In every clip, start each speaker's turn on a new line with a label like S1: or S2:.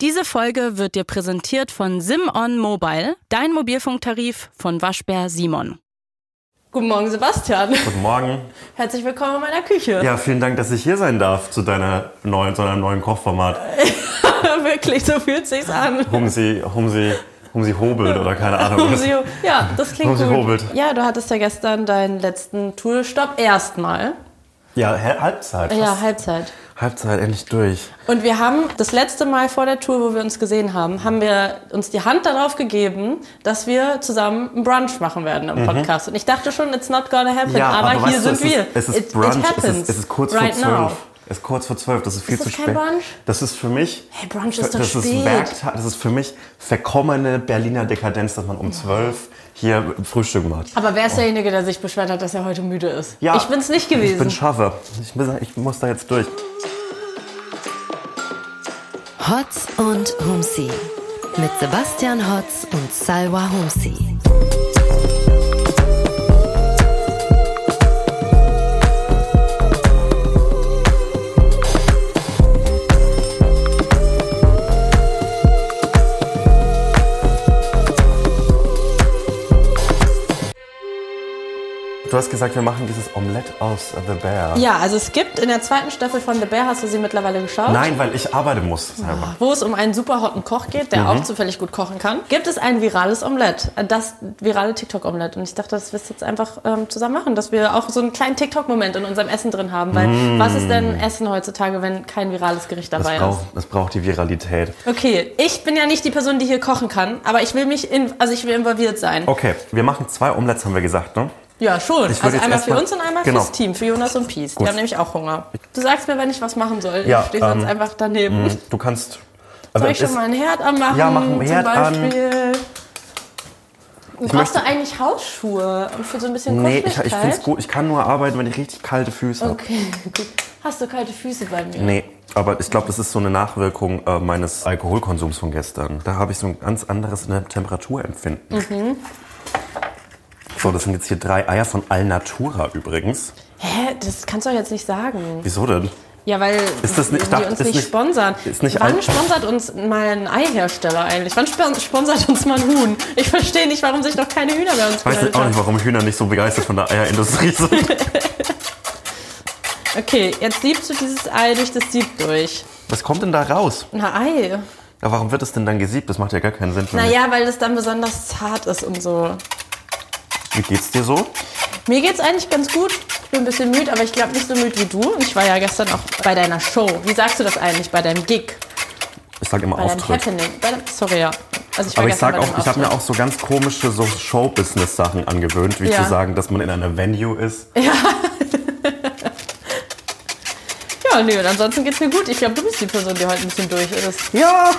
S1: Diese Folge wird dir präsentiert von SimOn Mobile, dein Mobilfunktarif von Waschbär Simon.
S2: Guten Morgen, Sebastian.
S3: Guten Morgen.
S2: Herzlich willkommen in meiner Küche.
S3: Ja, vielen Dank, dass ich hier sein darf zu, deiner neuen, zu deinem neuen Kochformat.
S2: Wirklich, so fühlt sich's an.
S3: Humsi, Humsi, Humsi hobelt oder keine Ahnung.
S2: Humsi, ja, das klingt
S3: Humsi
S2: gut.
S3: um hobelt.
S2: Ja, du hattest ja gestern deinen letzten Tourstopp erstmal.
S3: Ja, Hä- Halbzeit. fast.
S2: Ja, Halbzeit.
S3: Halbzeit, endlich durch.
S2: Und wir haben das letzte Mal vor der Tour, wo wir uns gesehen haben, haben wir uns die Hand darauf gegeben, dass wir zusammen einen Brunch machen werden im Podcast. Und ich dachte schon, it's not gonna happen,
S3: Mhm. ja,
S2: aber, hier
S3: weißt du,
S2: sind
S3: es
S2: wir.
S3: Ist, es ist
S2: It- it
S3: Brunch, es,
S2: happens
S3: ist, es ist kurz
S2: right
S3: vor zwölf.
S2: Now.
S3: Es ist kurz vor zwölf, das ist viel
S2: Ist
S3: zu
S2: das kein
S3: spät.
S2: Brunch?
S3: Das ist für mich.
S2: Hey, Brunch ist doch
S3: das
S2: spät.
S3: Ist Werktag, das ist für mich verkommene Berliner Dekadenz, dass man um zwölf hier Frühstück macht.
S2: Aber wer ist derjenige, der sich beschwert hat, dass er heute müde ist?
S3: Oh. Ja,
S2: ich bin's nicht gewesen.
S3: Ich bin Schaffe. Ich, bin- ich muss da jetzt durch.
S4: Hotz und Humsi. Mit Sebastian Hotz und Salwa Humsi.
S3: Du hast gesagt, wir machen dieses Omelette aus The Bear.
S2: ja, also es gibt in der zweiten Staffel von The Bear, hast du sie mittlerweile geschaut?
S3: Nein, weil ich arbeiten muss selber.
S2: wo es um einen super hotten Koch geht,
S3: Mhm.
S2: der auch zufällig gut kochen kann, gibt es ein virales Omelett. Das virale TikTok-Omelett. Und ich dachte, das wirst du jetzt einfach ähm, zusammen machen, dass wir auch so einen kleinen TikTok-Moment in unserem Essen drin haben. Weil was ist denn Essen heutzutage, wenn kein virales Gericht dabei
S3: Mm. Das
S2: ist?
S3: braucht, das braucht die Viralität.
S2: Okay, ich bin ja nicht die Person, die hier kochen kann, aber ich will mich, in, also ich will involviert sein.
S3: Okay, wir machen zwei Omelettes, haben wir gesagt, ne?
S2: Ja, schon.
S3: Oh. Ich würde
S2: Also
S3: jetzt
S2: einmal für
S3: erstmal-
S2: uns und einmal
S3: Genau.
S2: fürs Team, für Jonas und Peace. Die
S3: Gut.
S2: haben nämlich auch Hunger. Du sagst mir, wenn ich was machen soll.
S3: Ja,
S2: ich stehe sonst
S3: ähm,
S2: einfach daneben.
S3: Du kannst.
S2: Soll ich schon mal einen Herd anmachen?
S3: Ja, mach einen Herd
S2: zum
S3: an.
S2: Beispiel?
S3: ich
S2: Brauchst
S3: möchte,
S2: du eigentlich Hausschuhe für so ein bisschen
S3: Nee, ich,
S2: Kuscheligkeit?
S3: ich finde es gut. Ich kann nur arbeiten, wenn ich richtig kalte Füße habe.
S2: Okay, gut. Hast du kalte Füße bei mir?
S3: Nee, aber ich glaube, das ist so eine Nachwirkung äh, meines Alkoholkonsums von gestern. Da habe ich so ein ganz anderes ne, Temperaturempfinden.
S2: Mhm.
S3: So, das sind jetzt hier drei Eier von Alnatura übrigens.
S2: Hä? Das kannst du doch jetzt nicht sagen.
S3: Wieso denn?
S2: Ja, weil
S3: Ist das nicht-
S2: die
S3: ich dachte,
S2: uns
S3: ist
S2: nicht,
S3: nicht-
S2: sponsern.
S3: ist nicht
S2: Wann
S3: ein-
S2: sponsert uns mal ein Eihersteller eigentlich? Wann spon- sponsert uns mal ein Huhn? Ich verstehe nicht, warum sich noch keine Hühner bei uns
S3: Ich weiß
S2: gemeldet
S3: nicht, auch nicht,
S2: haben.
S3: warum Hühner nicht so begeistert von der Eierindustrie sind.
S2: Okay, jetzt siebst du dieses Ei durch das Sieb durch.
S3: Was kommt denn da raus?
S2: Na, Ei.
S3: Ja, warum wird es denn dann gesiebt? Das macht ja gar keinen Sinn für
S2: Naja, weil das dann besonders zart ist und so.
S3: mich. Wie geht's dir so?
S2: Mir geht's eigentlich ganz gut. Ich bin ein bisschen müde, aber ich glaube nicht so müde wie du. Und ich war ja gestern auch bei deiner Show. Wie sagst du das eigentlich? Bei deinem Gig?
S3: Ich sag immer
S2: Bei deinem
S3: Auftritt.
S2: Happening? Bei deinem, sorry, ja. Also ich war
S3: Aber ich
S2: gestern
S3: sag
S2: bei
S3: auch,
S2: deinem
S3: ich habe mir
S2: Auftritt.
S3: auch so ganz komische so Show-Business-Sachen angewöhnt, wie
S2: Ja.
S3: zu sagen, dass man in einer Venue ist.
S2: Ja, nee, und ansonsten geht's mir gut. Ich glaube, du bist die Person, die heute ein bisschen durch ist.
S3: Ja!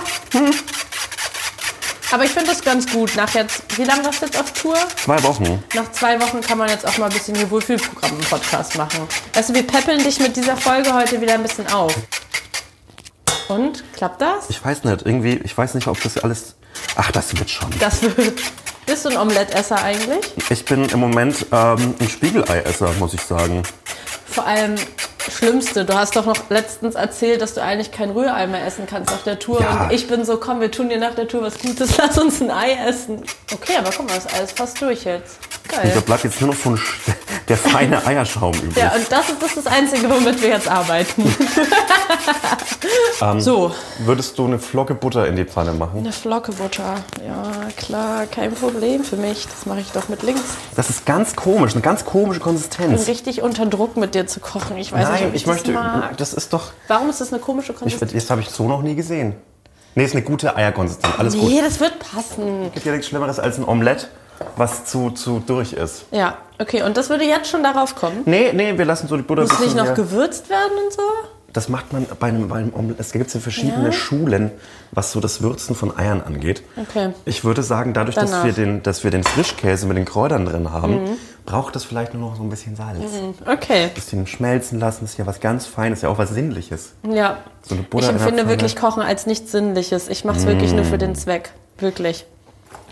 S2: Aber ich finde das ganz gut. Nach jetzt, wie lange warst du jetzt auf Tour?
S3: Zwei Wochen.
S2: Nach zwei Wochen kann man jetzt auch mal ein bisschen hier Wohlfühlprogramm im Podcast machen. Weißt du, wir peppeln dich mit dieser Folge heute wieder ein bisschen auf. Und? Klappt das?
S3: Ich weiß nicht, irgendwie, ich weiß nicht, ob das alles. Ach, das wird schon.
S2: Das wird. Bist du ein Omelettesser eigentlich?
S3: Ich bin im Moment ähm, ein Spiegeleiesser, muss ich sagen.
S2: Vor allem Schlimmste, du hast doch noch letztens erzählt, dass du eigentlich kein Rührei mehr essen kannst auf der Tour.
S3: Ja.
S2: Und ich bin so, komm, wir tun dir nach der Tour was Gutes, lass uns ein Ei essen. Okay, aber guck mal, das Ei ist fast durch jetzt.
S3: Und da
S2: Geil.
S3: bleibt jetzt nur noch so ein, Sch- der feine Eierschaum übrig.
S2: Ja, und das ist, das ist das Einzige, womit wir jetzt arbeiten.
S3: Ähm.
S2: so,
S3: Würdest du eine Flocke Butter in die Pfanne machen?
S2: eine Flocke Butter. Ja, klar, kein Problem für mich. Das mache ich doch mit links.
S3: Das ist ganz komisch, eine ganz komische
S2: Ich bin
S3: Konsistenz.
S2: richtig unter Druck mit dir zu kochen. Ich weiß nicht,
S3: Nein,
S2: ob Also, ich,
S3: ich möchte.
S2: das mag.
S3: Das ist doch.
S2: Warum ist das eine komische
S3: Ich,
S2: Konsistenz?
S3: das habe ich so noch nie gesehen. Nee, ist eine gute Eierkonsistenz. Alles gut.
S2: Nee, das wird passen.
S3: Es gibt ja nichts Schlimmeres als ein Omelett, was zu, zu durch ist.
S2: Ja, okay. Und das würde jetzt schon darauf kommen?
S3: Nee, nee, wir lassen so die Butter
S2: Muss nicht
S3: bisschen
S2: noch
S3: mehr-
S2: gewürzt werden und so?
S3: Das macht man bei einem, bei einem Omelett. Es gibt ja verschiedene
S2: Ja.
S3: Schulen, was so das Würzen von Eiern angeht.
S2: Okay.
S3: Ich würde sagen, dadurch, dass
S2: Danach. Mhm.
S3: wir, den, dass wir den Frischkäse mit den Kräutern drin haben, braucht das vielleicht nur noch so ein bisschen Salz. Ein
S2: Okay.
S3: bisschen schmelzen lassen, ist ja was ganz Feines, ja auch was Sinnliches.
S2: Ja.
S3: So eine ne? Butter
S2: ich
S3: in der
S2: empfinde
S3: Pfanne.
S2: wirklich Kochen als nichts Sinnliches. Ich mache es wirklich nur
S3: Mm.
S2: für den Zweck. Wirklich.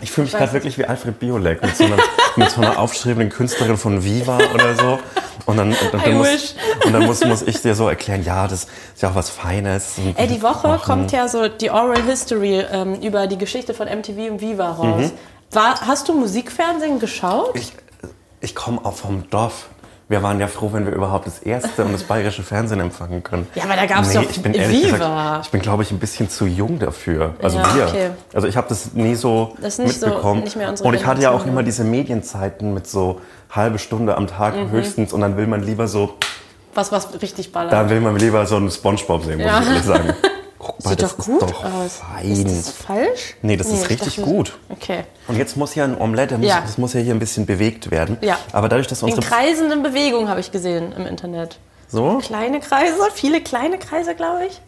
S3: Ich fühle mich
S2: weiß
S3: gerade wirklich wie Alfred Biolek mit so einer, mit so einer aufstrebenden Künstlerin von Viva oder so. Und dann, dann,
S2: I
S3: dann, muss,
S2: wish.
S3: und dann muss, muss ich dir so erklären, ja, das ist ja auch was Feines. Und
S2: Ey, die Woche
S3: machen.
S2: kommt ja so die Oral History ähm, über die Geschichte von MTV und Viva raus. War, hast du Musikfernsehen geschaut?
S3: Mhm. Ich, ich komme auch vom Dorf. Wir waren ja froh, wenn wir überhaupt das erste und das bayerische Fernsehen empfangen können.
S2: Ja, aber da gab's doch
S3: ich bin
S2: Viva.
S3: ehrlich Gesagt, ich bin, glaube ich, ein bisschen zu jung dafür. Also
S2: Ja,
S3: wir.
S2: okay.
S3: Also ich habe das nie so
S2: Das ist nicht so-
S3: mitbekommen.
S2: nicht mehr unsere
S3: und ich hatte ja auch
S2: Generation.
S3: immer diese Medienzeiten mit so halbe Stunde am Tag
S2: Mhm.
S3: höchstens. Und dann will man lieber so,
S2: Was, was richtig ballert.
S3: dann will man lieber so einen Spongebob sehen, muss
S2: Ja.
S3: ich ehrlich sagen. Guck mal,
S2: Sieht
S3: das
S2: doch gut
S3: ist doch
S2: aus.
S3: fein.
S2: Ist das falsch?
S3: Nee, das ist
S2: ich
S3: richtig
S2: dachte-
S3: gut.
S2: Okay.
S3: und jetzt muss ja ein Omelett, das muss,
S2: Ja.
S3: das muss ja hier ein bisschen bewegt werden.
S2: Ja.
S3: Aber dadurch, dass
S2: In
S3: unsere...
S2: kreisenden Bewegungen habe ich gesehen im Internet.
S3: so?
S2: Kleine Kreise, viele kleine Kreise, glaube ich.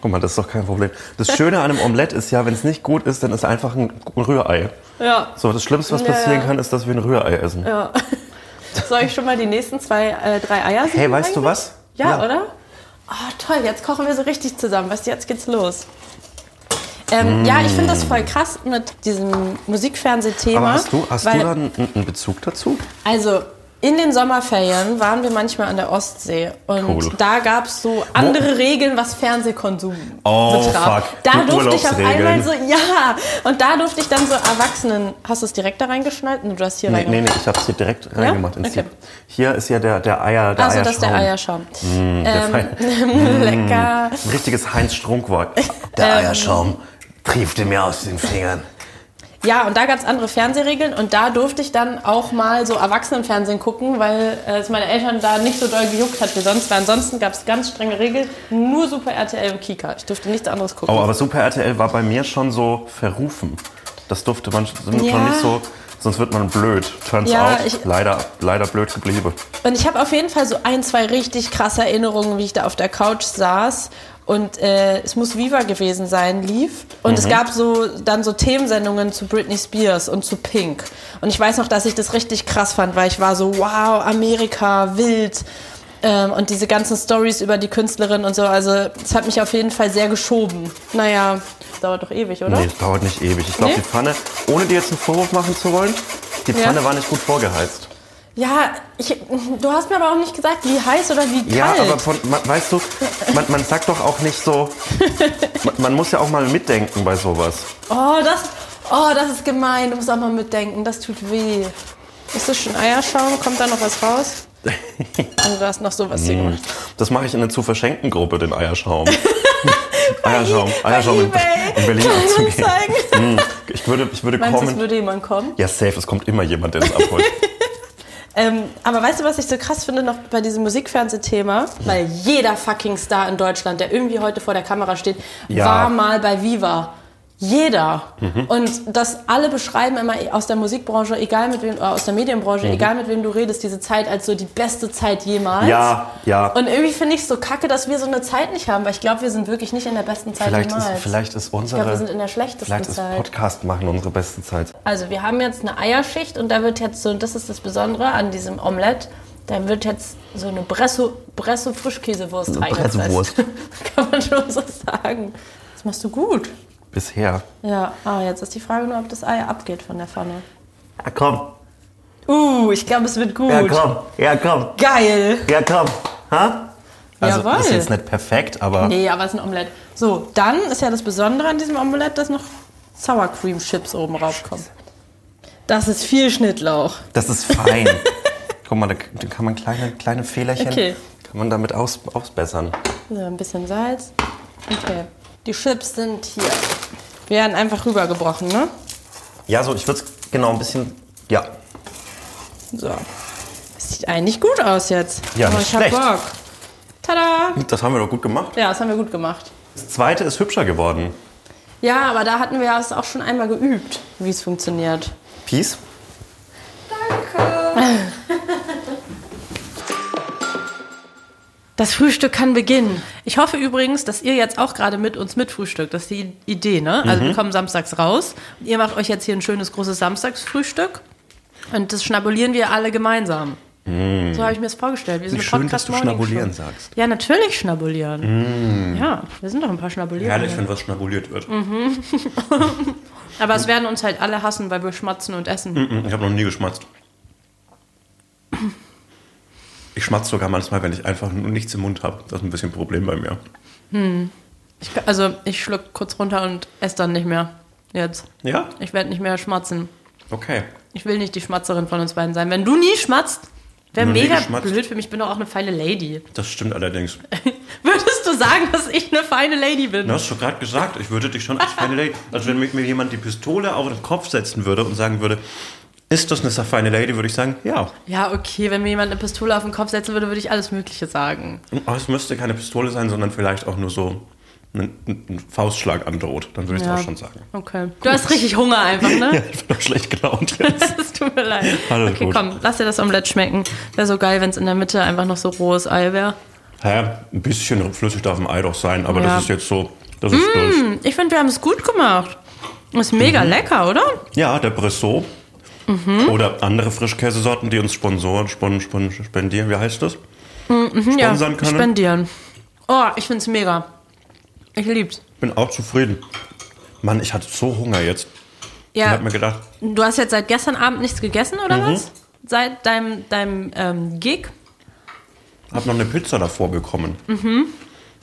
S3: Guck mal, das ist doch kein Problem. Das Schöne an einem Omelett ist ja, wenn es nicht gut ist, dann ist einfach ein Rührei.
S2: Ja.
S3: So, das Schlimmste, was
S2: Ja,
S3: passieren
S2: ja.
S3: kann, ist, dass wir ein Rührei essen.
S2: Soll ich schon mal die nächsten zwei, äh, drei Eier
S3: Hey, weißt du was?
S2: Ja, oder? Oh, toll, jetzt kochen wir so richtig zusammen. Weißt du, jetzt geht's los. Ähm, Ja, ich finde das voll krass mit diesem Musikfernsehthema.
S3: Mm. Aber hast du, hast
S2: weil-
S3: du da einen, einen Bezug dazu?
S2: Also, in den Sommerferien waren wir manchmal an der Ostsee und
S3: Cool.
S2: da gab es so andere Regeln, was Fernsehkonsum
S3: Oh,
S2: betraf.
S3: fuck.
S2: Da
S3: Die
S2: durfte ich auf
S3: Urlaubsregeln.
S2: einmal so, ja, und da durfte ich dann so Erwachsenen, hast du es direkt da reingeschnallt? Nee, Du hast hier
S3: Nee, nee,
S2: reingemacht.
S3: nee, ich hab's hier direkt reingemacht ins
S2: Okay.
S3: Sieb. Hier ist ja der, der Eier, der
S2: Also, das
S3: Eierschaum. Mm.
S2: ist der ähm, Eierschaum.
S3: Der feine-
S2: Lecker.
S3: Ein richtiges Heinz-Strunk-Wort.
S2: Ähm.
S3: Der Eierschaum triefte mir aus den Fingern.
S2: Ja, und da gab's andere Fernsehregeln und da durfte ich dann auch mal so Erwachsenenfernsehen gucken, weil äh, es meine Eltern da nicht so doll gejuckt hat wie sonst. Weil ansonsten gab's ganz strenge Regeln, nur Super RTL und Kika. Ich durfte nichts anderes gucken.
S3: Oh, aber Super RTL war bei mir schon so verrufen. Das durfte man schon
S2: Ja.
S3: nicht so, sonst wird man blöd. Turns
S2: Ja,
S3: out,
S2: ich-
S3: leider, leider blöd geblieben.
S2: Und ich habe auf jeden Fall so ein, zwei richtig krasse Erinnerungen, wie ich da auf der Couch saß. Und äh, es muss Viva gewesen sein, lief. Und
S3: Mhm.
S2: es gab so dann so Themensendungen zu Britney Spears und zu Pink. Und ich weiß noch, dass ich das richtig krass fand, weil ich war so, wow, Amerika, wild. Ähm, und diese ganzen Stories über die Künstlerin und so. Also es hat mich auf jeden Fall sehr geschoben. Naja, dauert doch ewig, oder?
S3: Nee, das dauert nicht ewig. Ich glaube,
S2: Nee?
S3: die Pfanne, ohne dir jetzt einen Vorwurf machen zu wollen, die
S2: Ja.
S3: Pfanne war nicht gut vorgeheizt.
S2: Ja, ich, du hast mir aber auch nicht gesagt, wie heiß oder wie
S3: Ja,
S2: kalt.
S3: aber von, man, weißt du, man, man sagt doch auch nicht so. man, man muss ja auch mal mitdenken bei sowas.
S2: Oh, das, oh, das ist gemein. Du musst auch mal mitdenken. Das tut weh. Ist das schon Eierschaum? Kommt da noch was raus? Also da ist noch sowas hier
S3: Mm.
S2: gemacht.
S3: Das mache ich in der zu verschenken Gruppe, den Eierschaum. Eierschaum, Eierschaum in,
S2: eBay.
S3: in Berlin abzugeben.
S2: Zeigen.
S3: Mm, Ich würde, ich würde
S2: Meinst du, es
S3: kommen.
S2: würde jemand kommen?
S3: Ja, safe, es kommt immer jemand, der es abholt.
S2: Ähm, aber weißt du, was ich so krass finde noch bei diesem Musikfernsehthema? Weil jeder fucking Star in Deutschland, der irgendwie heute vor der Kamera steht,
S3: Ja. Mhm.
S2: war mal bei Viva. Jeder. Und das alle beschreiben immer aus der Musikbranche, egal mit wem, oder aus der
S3: Mhm.
S2: Medienbranche, egal mit wem du redest, diese Zeit als so die beste Zeit jemals.
S3: Ja, ja.
S2: Und irgendwie finde ich es so kacke, dass wir so eine Zeit nicht haben, weil ich glaube, wir sind wirklich nicht in der besten Zeit
S3: vielleicht, ist,
S2: jemals.
S3: vielleicht ist
S2: ich glaube, wir sind
S3: unsere.
S2: in der schlechtesten
S3: Vielleicht ist
S2: Zeit.
S3: Podcast machen unsere beste Zeit.
S2: Also wir haben jetzt eine Eierschicht und da wird jetzt so, und das ist das Besondere an diesem Omelett, da wird jetzt so eine Bresso, Bresso Frischkäsewurst reingepresst.
S3: Bressewurst.
S2: Kann man schon so sagen. Das machst du gut.
S3: Bisher.
S2: Ja, ah, jetzt ist die Frage nur, ob das Ei abgeht von der Pfanne.
S3: Ja, komm.
S2: Uh, ich glaube, es wird gut.
S3: Ja, komm. Ja, komm.
S2: Geil.
S3: Ja, komm. Ha? Also,
S2: Jawohl.
S3: ist jetzt nicht perfekt, aber
S2: Nee, aber es ist ein Omelett. So, dann ist ja das Besondere an diesem Omelett, dass noch Sour Cream Chips oben raufkommen. Das ist viel Schnittlauch.
S3: das ist fein. Guck mal, da k- da kann man kleine, kleine Fehlerchen
S2: Okay.
S3: kann man damit aus, ausbessern.
S2: So, ein bisschen Salz. Okay. Die Chips sind hier. Wir werden einfach rübergebrochen, ne?
S3: Ja, so, ich würde es genau ein bisschen. Ja.
S2: So. Das sieht eigentlich gut aus jetzt.
S3: Ja,
S2: Aber
S3: nicht
S2: ich hab
S3: schlecht.
S2: Bock. Tada!
S3: Das haben wir doch gut gemacht.
S2: Ja, das haben wir gut gemacht.
S3: Das zweite ist hübscher geworden.
S2: Ja, aber da hatten wir es auch schon einmal geübt, wie es funktioniert.
S3: Peace.
S1: Das Frühstück kann beginnen. Ich hoffe übrigens, dass ihr jetzt auch gerade mit uns mitfrühstückt. Das ist die Idee, ne?
S3: Mhm.
S1: Also wir kommen samstags raus. Ihr macht euch jetzt hier ein schönes großes Samstagsfrühstück. Und das schnabulieren wir alle gemeinsam. So habe ich mir das vorgestellt. Wir sind eine
S3: Mhm. Schön, dass du
S1: Podcast-Morning-Show.
S3: schnabulieren sagst. Mhm.
S1: Ja, natürlich schnabulieren. Ja, wir sind doch ein paar Schnabulierer. hier.
S3: wenn was schnabuliert wird.
S1: Aber es
S3: Mhm.
S1: werden uns halt alle hassen, weil wir schmatzen und essen.
S3: Ich habe noch nie geschmatzt. Ich schmatze sogar manchmal, wenn ich einfach nur nichts im Mund habe. Das ist ein bisschen ein Problem bei mir.
S2: Ich, also ich schluck kurz runter und esse dann nicht mehr. Jetzt.
S3: Ja?
S2: Ich werde nicht mehr schmatzen.
S3: Okay.
S2: Ich will nicht die Schmatzerin von uns beiden sein. Wenn du nie schmatzt, wäre
S3: Noch nie
S2: mega
S3: geschmatzt.
S2: blöd für mich. Ich bin doch auch eine feine Lady.
S3: Das stimmt allerdings.
S2: Würdest du sagen, dass ich eine feine Lady bin?
S3: Du hast schon gerade gesagt, ich würde dich schon als feine Lady. Also, wenn mich mir jemand die Pistole auf den Kopf setzen würde und sagen würde, ist das eine feine Lady, würde ich sagen, ja.
S2: Ja, okay, wenn mir jemand eine Pistole auf den Kopf setzen würde, würde ich alles Mögliche sagen.
S3: Aber Ah, es müsste keine Pistole sein, sondern vielleicht auch nur so ein, ein ein Faustschlag androht. Dann würde ich
S2: Ja.
S3: das auch schon sagen.
S2: Okay. Du hast richtig Hunger einfach,
S3: Ja,
S2: ne?
S3: ich bin doch schlecht gelaunt jetzt.
S2: Es tut mir leid.
S3: Alles
S2: okay,
S3: gut.
S2: komm, lass dir das Omelett schmecken. Wäre so geil, wenn es in der Mitte einfach noch so rohes Ei wäre.
S3: Hä? Ein bisschen flüssig darf ein Ei doch sein, aber
S2: Ja. Mm.
S3: das ist jetzt so. Das ist durch.
S2: Ich finde, wir haben es gut gemacht. Ist mega
S3: Mhm.
S2: lecker, oder?
S3: Ja, der Bressot.
S2: Mhm.
S3: Oder andere Frischkäsesorten, die uns Sponsoren, spon, spon, spendieren, wie heißt das? Sponsern
S2: Mhm, ja,
S3: können.
S2: spendieren. Oh, ich finde es mega. Ich lieb's.
S3: Bin auch zufrieden. Mann, ich hatte so Hunger jetzt. Ich
S2: Ja,
S3: hab mir gedacht,
S2: du hast jetzt seit gestern Abend nichts gegessen, oder
S3: Mhm.
S2: was? Seit deinem, deinem ähm, Gig?
S3: hab noch eine Pizza davor bekommen.
S2: Mhm.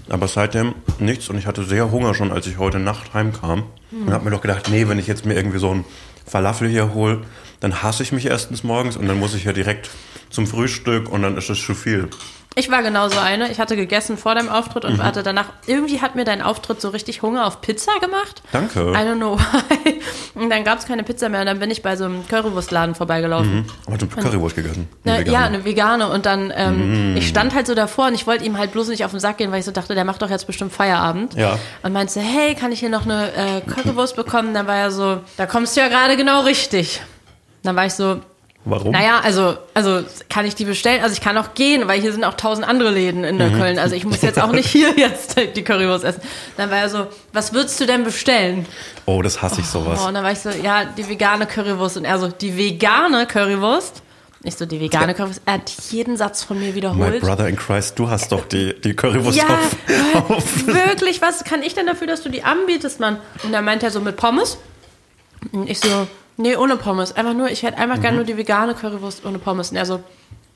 S3: Aber seitdem nichts und ich hatte sehr Hunger schon, als ich heute Nacht heimkam.
S2: Mhm.
S3: Und hab mir doch gedacht, nee, wenn ich jetzt mir irgendwie so einen Falafel hier hole, dann hasse ich mich erstens morgens und dann muss ich ja direkt zum Frühstück und dann ist es zu viel.
S2: Ich war genauso eine. Ich hatte gegessen vor deinem Auftritt
S3: Mhm.
S2: und hatte danach. Irgendwie hat mir dein Auftritt so richtig Hunger auf Pizza gemacht.
S3: Danke.
S2: I don't know why. Und dann gab es keine Pizza mehr. Und dann bin ich bei so einem Currywurstladen vorbeigelaufen.
S3: Aber du hast Currywurst gegessen.
S2: Ne,
S3: Mhm. eine
S2: ja,
S3: vegane. Mhm.
S2: eine vegane. Und dann, ähm, ich stand halt so davor und ich wollte ihm halt bloß nicht auf den Sack gehen, weil ich so dachte, der macht doch jetzt bestimmt Feierabend.
S3: Ja.
S2: Und meinte, hey, kann ich hier noch eine äh, Currywurst bekommen? Dann war er so, da kommst du ja gerade genau richtig. Dann war ich so,
S3: Warum?
S2: naja, also, also kann ich die bestellen? Also ich kann auch gehen, weil hier sind auch tausend andere Läden in der
S3: Mhm.
S2: Köln. Also ich muss jetzt auch nicht hier jetzt die Currywurst essen. Dann war er so, was würdest du denn bestellen?
S3: Oh, das hasse ich sowas.
S2: Oh, und dann war ich so, ja, die vegane Currywurst. Und er so, die vegane Currywurst? Ich so, die vegane Currywurst. Er hat jeden Satz von mir
S3: Oh, My
S2: wiederholt.
S3: brother in Christ, du hast doch die, die Currywurst
S2: Ja,
S3: auf, auf.
S2: Wirklich, was kann ich denn dafür, dass du die anbietest, Mann? Und dann meint er so, mit Pommes? Und ich so, nee, ohne Pommes. Einfach nur, ich hätte einfach
S3: Mhm.
S2: gerne nur die vegane Currywurst ohne Pommes. Und er so,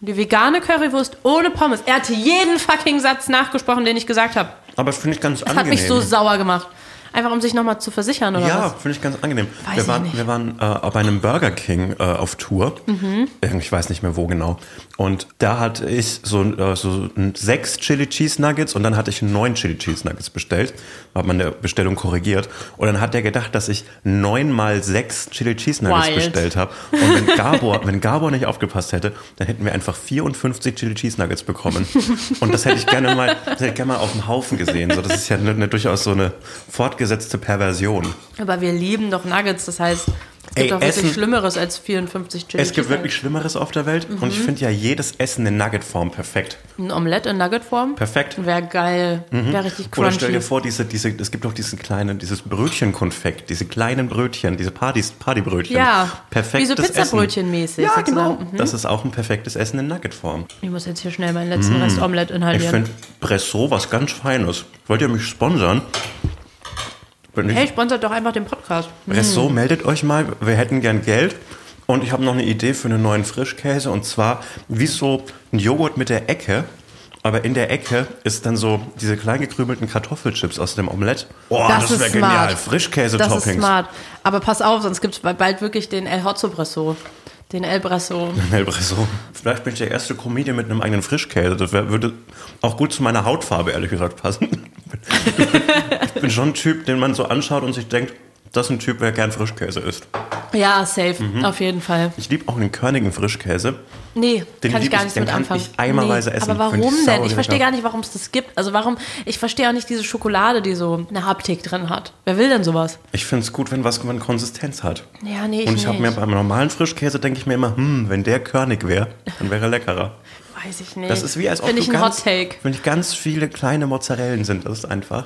S2: die vegane Currywurst ohne Pommes. Er hatte jeden fucking Satz nachgesprochen, den ich gesagt habe.
S3: Aber das finde ich ganz
S2: Das hat
S3: angenehm.
S2: mich so sauer gemacht. Einfach, um sich nochmal zu versichern, oder
S3: ja,
S2: was?
S3: finde ich ganz angenehm.
S2: Weiß
S3: wir
S2: ich
S3: waren,
S2: nicht.
S3: wir waren äh, bei einem Burger King äh, auf Tour.
S2: Mhm.
S3: Irgendwie, Ich weiß nicht mehr wo genau. Und da hatte ich so, äh, so ein- sechs Chili Cheese Nuggets und dann hatte ich neun Chili Cheese Nuggets bestellt. Hat man der Bestellung korrigiert. Und dann hat er gedacht, dass ich neun mal sechs Chili Cheese Nuggets
S2: Wild.
S3: bestellt habe. Und wenn Gabor, wenn Gabor nicht aufgepasst hätte, dann hätten wir einfach 54 Chili Cheese Nuggets bekommen. Und das hätte ich gerne mal, das hätte ich gerne mal auf dem Haufen gesehen. So, das ist ja eine, eine, durchaus so eine fortgesetzte Perversion.
S2: Aber wir lieben doch Nuggets, das heißt, es
S3: Ey,
S2: gibt doch
S3: Essen-
S2: wirklich Schlimmeres als 54 Chili
S3: Es gibt
S2: Cheese
S3: wirklich Schlimmeres auf der Welt und ich
S2: Mhm.
S3: finde ja jedes Essen in Nuggetform perfekt.
S2: Nuggets. Ein Omelette in Nuggetform?
S3: Perfekt. Mhm.
S2: Wäre geil. Wäre richtig
S3: Oder stell
S2: crunchy.
S3: dir vor, diese, diese, es gibt auch diesen kleinen, dieses Brötchenkonfekt, diese kleinen Brötchen, diese Partys, Partybrötchen.
S2: Ja. Wie
S3: perfektes
S2: so Pizzabrötchen-mäßig,
S3: Essen. Ja, genau.
S2: sozusagen.
S3: Das ist auch ein perfektes Essen in Nuggetform.
S2: Ich muss jetzt hier schnell meinen letzten Rest Omelette
S3: Mm. Ich
S2: inhalieren.
S3: finde Bresso was ganz Feines. Wollt ihr mich sponsern? Wenn ich,
S2: Hey, sponsert doch einfach den Podcast.
S3: Bresso, meldet euch mal. Wir hätten gern Geld. Und ich habe noch eine Idee für einen neuen Frischkäse. Und zwar wie so ein Joghurt mit der Ecke. Aber in der Ecke ist dann so diese klein gekrümelten Kartoffelchips aus dem Omelett. Oh,
S2: Das
S3: das, wäre
S2: ist smart.
S3: genial.
S2: Das ist
S3: Frischkäse-Toppings.
S2: smart. Aber pass auf, sonst gibt es bald wirklich den El Hotzo Bresso. Den El Bresso.
S3: Schnell Bresso. Vielleicht bin ich der erste Comedian mit einem eigenen Frischkäse. Das wär, würde auch gut zu meiner Hautfarbe, ehrlich gesagt, passen. ich bin schon ein Typ, den man so anschaut und sich denkt, das ist ein Typ, der gern Frischkäse isst.
S2: Ja, safe.
S3: Mhm.
S2: Auf jeden Fall.
S3: Ich liebe auch einen körnigen Frischkäse.
S2: Nee,
S3: Den
S2: kann ich
S3: lieb
S2: gar
S3: ich,
S2: nichts
S3: den
S2: mit
S3: kann
S2: anfangen.
S3: ich eimerweise essen.
S2: Aber
S3: Find ich
S2: warum
S3: sau
S2: denn? Ich
S3: lecker.
S2: verstehe gar nicht, warum es das gibt. Also warum, ich verstehe auch nicht diese Schokolade, die so eine Haptik drin hat. Wer will denn sowas?
S3: Ich finde es gut, wenn was wenn Konsistenz hat.
S2: Ja, nee, ich
S3: Und ich habe
S2: nicht.
S3: mir beim normalen Frischkäse denke ich mir immer, hm, wenn der körnig wäre, dann wäre er leckerer.
S2: Weiß ich nicht.
S3: Das ist wie als ob
S2: Finde
S3: du
S2: ich ein
S3: ganz,
S2: Hot Take.
S3: wenn ich ganz viele kleine Mozzarellen sind, das ist einfach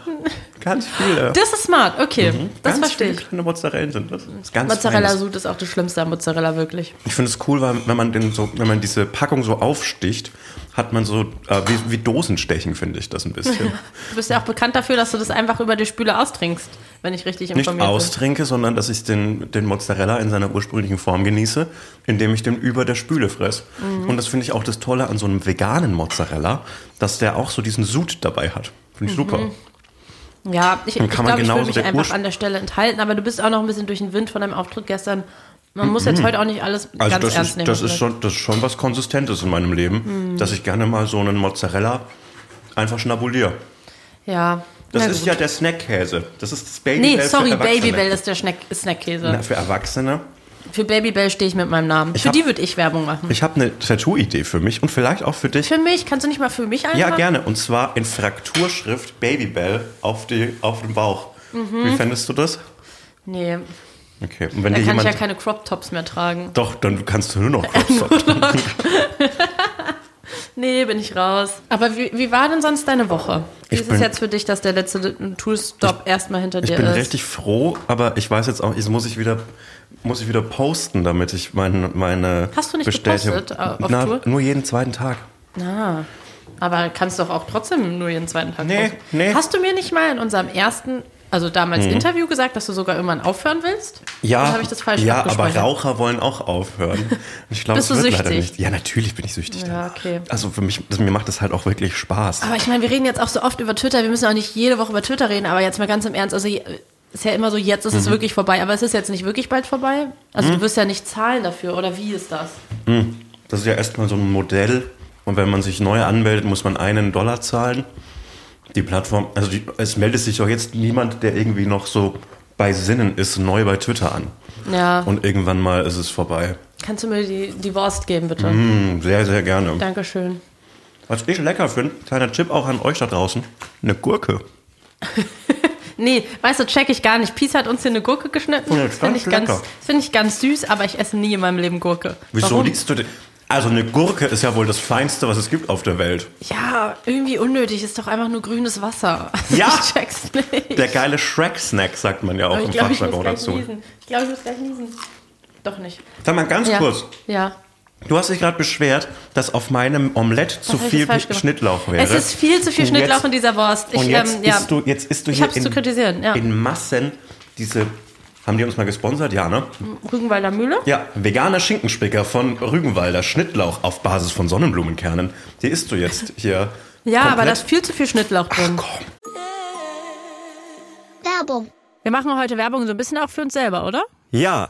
S3: ganz viele.
S2: Das ist smart, okay. Das
S3: Mhm. ganz
S2: verstehe
S3: viele
S2: ich.
S3: kleine Mozzarellen sind das. ist ganz
S2: Mozzarella
S3: feines.
S2: Sud ist auch das Schlimmste an Mozzarella, wirklich.
S3: Ich finde es cool, weil wenn man den so, wenn man diese Packung so aufsticht, hat man so äh, wie, wie Dosenstechen finde ich das ein bisschen.
S2: Du bist ja auch bekannt dafür, dass du das einfach über die Spüle austrinkst, wenn ich richtig
S3: nicht
S2: informiert bin.
S3: austrinke, sondern dass ich den, den Mozzarella
S2: Mhm.
S3: in seiner ursprünglichen Form genieße, indem ich den über der Spüle fress. Und das finde ich auch das Tolle an so einem veganen Mozzarella, dass der auch so diesen Sud dabei hat. Finde ich
S2: Mhm.
S3: super.
S2: Ja, ich, ich
S3: Dann kann man
S2: glaube, ich
S3: genauso
S2: will mich
S3: der
S2: einfach
S3: Ursprung-
S2: an der Stelle enthalten, aber du bist auch noch ein bisschen durch den Wind von deinem Auftritt gestern. Man muss jetzt heute auch nicht alles
S3: Also
S2: ganz
S3: das,
S2: ernst
S3: ist,
S2: nehmen. ne? Mhm.
S3: das, ist schon, das ist schon was Konsistentes in meinem Leben, dass ich gerne mal so einen Mozzarella einfach schnabuliere.
S2: ja.
S3: Das
S2: Na
S3: ist
S2: gut.
S3: ja der Snackkäse. Das ist das Babybell
S2: Nee, sorry,
S3: für Erwachsene.
S2: Babybell ist der Schneck ist Snackkäse.
S3: Na, für Erwachsene.
S2: Für Babybell stehe ich mit meinem Namen. Für
S3: hab-
S2: die würde ich Werbung machen.
S3: Ich habe eine Tattoo-Idee für mich und vielleicht auch für dich.
S2: für mich? Kannst du nicht mal für mich einfach?
S3: Ja, gerne. Und zwar in Frakturschrift Babybell auf, die, auf dem Bauch. Wie fändest du das?
S2: Nee,
S3: Okay. Und wenn
S2: Mhm. da
S3: dir
S2: kann ich
S3: jemand.
S2: ja keine Crop-Tops mehr tragen.
S3: doch, dann kannst du nur noch kurz
S2: Nee, bin ich raus. Aber wie, wie war denn sonst deine Woche? Wie
S3: Ich
S2: ist es
S3: bin-
S2: jetzt für dich, dass der letzte Toolstop erstmal hinter
S3: Ich
S2: dir
S3: bin
S2: ist?
S3: richtig froh, aber ich weiß jetzt auch, jetzt muss ich wieder, muss ich wieder posten, damit ich mein, meine
S2: Hast du nicht
S3: Bestätigung.
S2: gepostet, äh, auf
S3: Na,
S2: Tour?
S3: Nur jeden zweiten Tag.
S2: Na, Ah. aber kannst doch auch trotzdem nur jeden zweiten Tag
S3: Nee,
S2: raus.
S3: nee. Mhm.
S2: Hast du mir nicht mal in unserem ersten, also damals Interview gesagt, dass du sogar irgendwann aufhören willst? Oder habe ich das falsch
S3: Ja, aber
S2: abgespeichert?
S3: Raucher wollen auch aufhören. Und Ich glaube,
S2: Bist
S3: es
S2: du
S3: wird leider
S2: süchtig?
S3: nicht. Ja, natürlich bin ich süchtig.
S2: Ja,
S3: danach.
S2: okay.
S3: Also für mich, das, mir macht das halt auch wirklich Spaß.
S2: Aber ich meine, wir reden jetzt auch so oft über Twitter, wir müssen auch nicht jede Woche über Twitter reden, aber jetzt mal ganz im Ernst, also je- ist ja immer so, jetzt ist
S3: Mhm.
S2: es wirklich vorbei, aber es ist jetzt nicht wirklich bald vorbei. Also du wirst ja nicht zahlen dafür, oder wie ist das?
S3: Das ist ja erstmal so ein Modell. Und wenn man sich neu anmeldet, muss man einen Dollar zahlen. Die Plattform, also die, es meldet sich doch jetzt niemand, der irgendwie noch so bei Sinnen ist, neu bei Twitter an.
S2: Ja.
S3: Und irgendwann mal ist es vorbei. Hm,
S2: Kannst du mir die, die Wurst geben, bitte?
S3: Sehr, sehr gerne.
S2: Dankeschön.
S3: Was ich lecker finde, kleiner Tipp auch an euch da draußen, eine Gurke.
S2: Nee, weißt du, check ich gar nicht. Peace hat uns hier eine Gurke geschnitten.
S3: Ja,
S2: Das finde ich,
S3: ganz
S2: ganz-
S3: lecker.
S2: das finde ich ganz süß, aber ich esse nie in meinem Leben Gurke.
S3: Wieso
S2: Warum?
S3: liest du denn? Also eine Gurke ist ja wohl das Feinste, was es gibt auf der Welt.
S2: Ja, irgendwie unnötig. Ist doch einfach nur grünes Wasser. Also
S3: Ja.
S2: Ich check's nicht.
S3: Der geile Shrek-Snack sagt man ja auch
S2: Aber
S3: im
S2: ich glaube, ich muss
S3: Fachjargon
S2: gleich
S3: dazu.
S2: niesen. Ich glaube, ich muss gleich niesen. Doch nicht.
S3: Sag mal ganz
S2: Ja.
S3: kurz,
S2: Ja.
S3: du hast dich gerade beschwert, dass auf meinem Omelett zu
S2: hab ich
S3: viel
S2: jetzt falsch gemacht?
S3: Schnittlauch wäre.
S2: Es ist viel zu viel
S3: Und
S2: Schnittlauch
S3: jetzt-
S2: in dieser Wurst. Ich,
S3: und jetzt,
S2: ähm, ja.
S3: isst du, jetzt isst du
S2: Ich
S3: hier
S2: hab's
S3: in,
S2: zu kritisieren, ja.
S3: in Massen diese, haben die uns mal gesponsert? Ja, ne?
S2: Rügenwalder Mühle?
S3: Ja, veganer Schinkenspecker von Rügenwalder, Schnittlauch auf Basis von Sonnenblumenkernen. Die isst du jetzt hier.
S2: Ja, aber
S3: komplett.
S2: da ist viel zu viel Schnittlauch drin.
S3: Komm.
S5: Werbung.
S2: Wir machen heute Werbung so ein bisschen auch für uns selber, oder?
S6: Ja.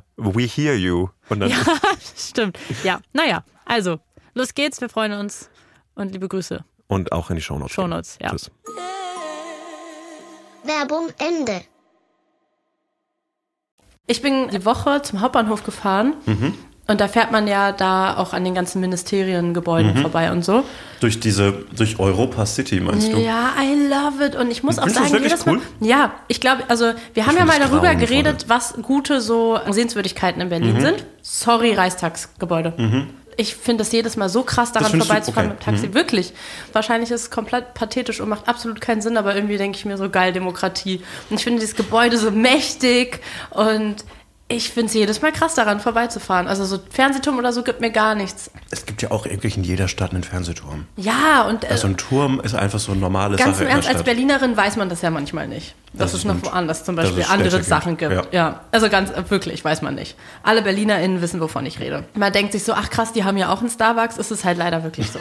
S6: We hear you. Und dann,
S2: Stimmt. Ja, naja. Also, los geht's. Wir freuen uns. Und liebe Grüße.
S6: und auch in die Shownotes. gehen.
S2: Shownotes, ja.
S6: Tschüss.
S5: Werbung Ende.
S2: Ich bin die Woche zum Hauptbahnhof gefahren. Und da fährt man ja da auch an den ganzen Ministeriengebäuden
S3: Mhm.
S2: vorbei und so.
S3: Durch diese, durch Europa City meinst du?
S2: Ja, I love it. Und ich muss auch
S3: Findest du
S2: sagen,
S3: das wirklich
S2: jedes Mal.
S3: cool?
S2: Ja, ich glaube, also wir haben ja
S3: find
S2: mal
S3: das
S2: darüber
S3: grauenvoll.
S2: geredet, was gute so Sehenswürdigkeiten in Berlin
S3: Mhm.
S2: sind. Sorry, Reichstagsgebäude. Ich finde das jedes Mal so krass, daran
S3: findest du-
S2: vorbeizufahren
S3: okay. Mhm.
S2: mit dem Taxi. Wirklich. Wahrscheinlich ist es komplett pathetisch und macht absolut keinen Sinn, aber irgendwie denke ich mir so geil Demokratie. Und ich finde dieses Gebäude so mächtig und ich finde es jedes Mal krass, daran vorbeizufahren. Also so Fernsehturm oder so gibt mir gar nichts.
S3: Es gibt ja auch wirklich in jeder Stadt einen Fernsehturm.
S2: Ja, und äh,
S3: Also ein Turm ist einfach so eine normale
S2: Ganz
S3: Sache
S2: im Ernst,
S3: in der
S2: als
S3: Stadt.
S2: Berlinerin weiß man das ja manchmal nicht. Dass
S3: Das
S2: es
S3: ist
S2: noch
S3: gut.
S2: woanders zum
S3: Dass
S2: Beispiel
S3: es
S2: andere
S3: schlechter
S2: Sachen
S3: geht.
S2: gibt. Ja. also ganz äh, wirklich, weiß man nicht. Alle BerlinerInnen wissen, wovon ich rede. Man denkt sich so, ach krass, die haben ja auch einen Starbucks, ist es halt leider wirklich so.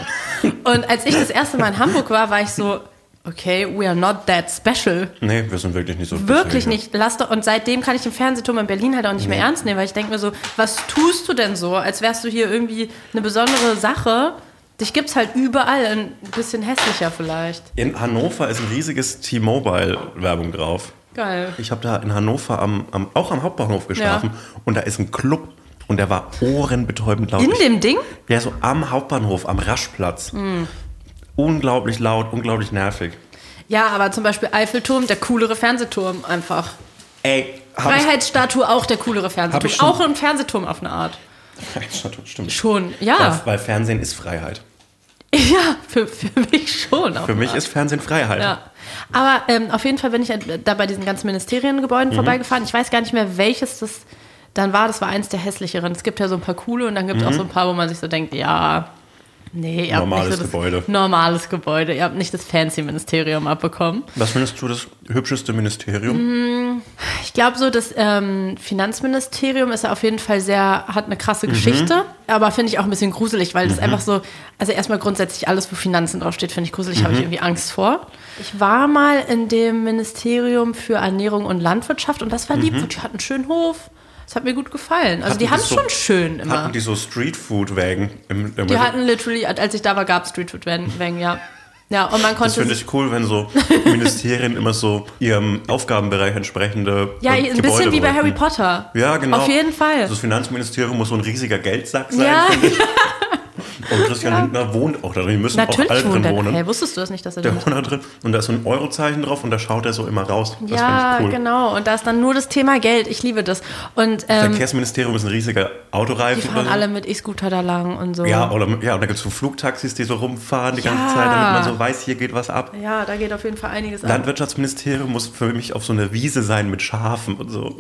S2: Und als ich das erste Mal in Hamburg war, war ich so,
S1: okay, we are not that special.
S3: Nee, wir sind wirklich nicht so
S1: Wirklich
S3: speziell.
S1: nicht. Lass doch, und seitdem kann ich den Fernsehturm in Berlin halt auch nicht mehr ernst nehmen, weil ich denke mir so, was tust du denn so, als wärst du hier irgendwie eine besondere Sache? Dich gibt's halt überall, ein bisschen hässlicher vielleicht.
S3: In Hannover ist ein riesiges T-Mobile-Werbung drauf.
S1: Geil.
S3: Ich habe da in Hannover am, am, auch am Hauptbahnhof geschlafen und da ist ein Club und der war ohrenbetäubend laut.
S1: In
S3: Ich-
S1: dem Ding?
S3: Ja, so am Hauptbahnhof, am Raschplatz.
S1: Hm.
S3: Unglaublich laut, unglaublich nervig.
S1: Ja, aber zum Beispiel Eiffelturm, der coolere Fernsehturm einfach.
S3: Ey, hab ich-
S1: Freiheitsstatue auch der coolere
S3: Hab
S1: Fernsehturm.
S3: ich schon-
S1: Auch ein Fernsehturm auf eine Art.
S3: Stimmt.
S1: Schon, ja.
S3: Weil, weil Fernsehen ist Freiheit.
S1: Ja, für, für mich schon. auf
S3: Für
S1: eine
S3: mich
S1: Art.
S3: ist Fernsehen Freiheit.
S1: Ja. Aber ähm, auf jeden Fall bin ich äh, da bei diesen ganzen
S3: Mhm.
S1: Ministeriengebäuden vorbeigefahren. Ich weiß gar nicht mehr, welches das dann war. Das war eins der hässlicheren. Es gibt ja so ein paar coole und dann gibt es auch so ein paar, wo man sich so denkt, ja, nee, ihr habt
S3: Mhm. Normales
S1: nicht so das
S3: Gebäude.
S1: Normales Gebäude. Ihr habt nicht das fancy Ministerium abbekommen.
S3: Was findest du das hübscheste
S1: Mhm,
S3: Ministerium?
S1: Ich glaube so, das ähm, Finanzministerium ist ja auf jeden Fall sehr, hat eine krasse
S3: Mhm.
S1: Geschichte, aber finde ich auch ein bisschen gruselig, weil das einfach so, also erstmal grundsätzlich alles, wo Finanzen draufsteht, finde ich gruselig,
S3: Mhm.
S1: habe ich irgendwie Angst vor. Ich war mal in dem Ministerium für Ernährung und Landwirtschaft und das war
S3: Mhm.
S1: lieb, und die hatten einen schönen Hof. Das hat mir gut gefallen. Also die haben es
S3: so-
S1: schon schön immer.
S3: Hatten die also so Streetfood-Wägen? Im, im
S1: die hatten literally, als ich da war, gab es Streetfood-Wängen, ja. Ja, und man
S3: also das
S1: konnte
S3: finde
S1: sich-
S3: ich cool, wenn so Ministerien immer so ihrem Aufgabenbereich entsprechende
S1: ja,
S3: äh,
S1: ein
S3: Gebäude
S1: bisschen wie bei
S3: rücken.
S1: Harry Potter.
S3: Ja, genau.
S1: Auf jeden Fall.
S3: Das Finanzministerium muss so ein riesiger Geldsack sein.
S1: Ja.
S3: finde ich. Und Christian Lindner wohnt auch darin. Die müssen auch alle
S1: Natürlich
S3: drin
S1: wohnt er.
S3: wohnen.
S1: Hey, wusstest du das nicht, dass er da
S3: Der
S1: nicht
S3: wohnt da drin. Und da ist so ein Eurozeichen drauf und da schaut er so immer raus. Das
S1: ja,
S3: finde ich cool.
S1: genau. Und da ist dann nur das Thema Geld. Ich liebe das. Und ähm,
S3: Verkehrsministerium ist ein riesiger
S1: die
S3: Autoreifen.
S1: fahren
S3: oder so.
S1: alle mit E-Scooter da lang und so.
S3: ja, oder, ja, und da gibt es so Flugtaxis, die so rumfahren die ganze
S1: Ja.
S3: Zeit, damit man so weiß, hier geht was ab.
S1: ja da geht auf jeden Fall einiges ab.
S3: Landwirtschaftsministerium muss für mich auf so eine Wiese sein mit Schafen und so.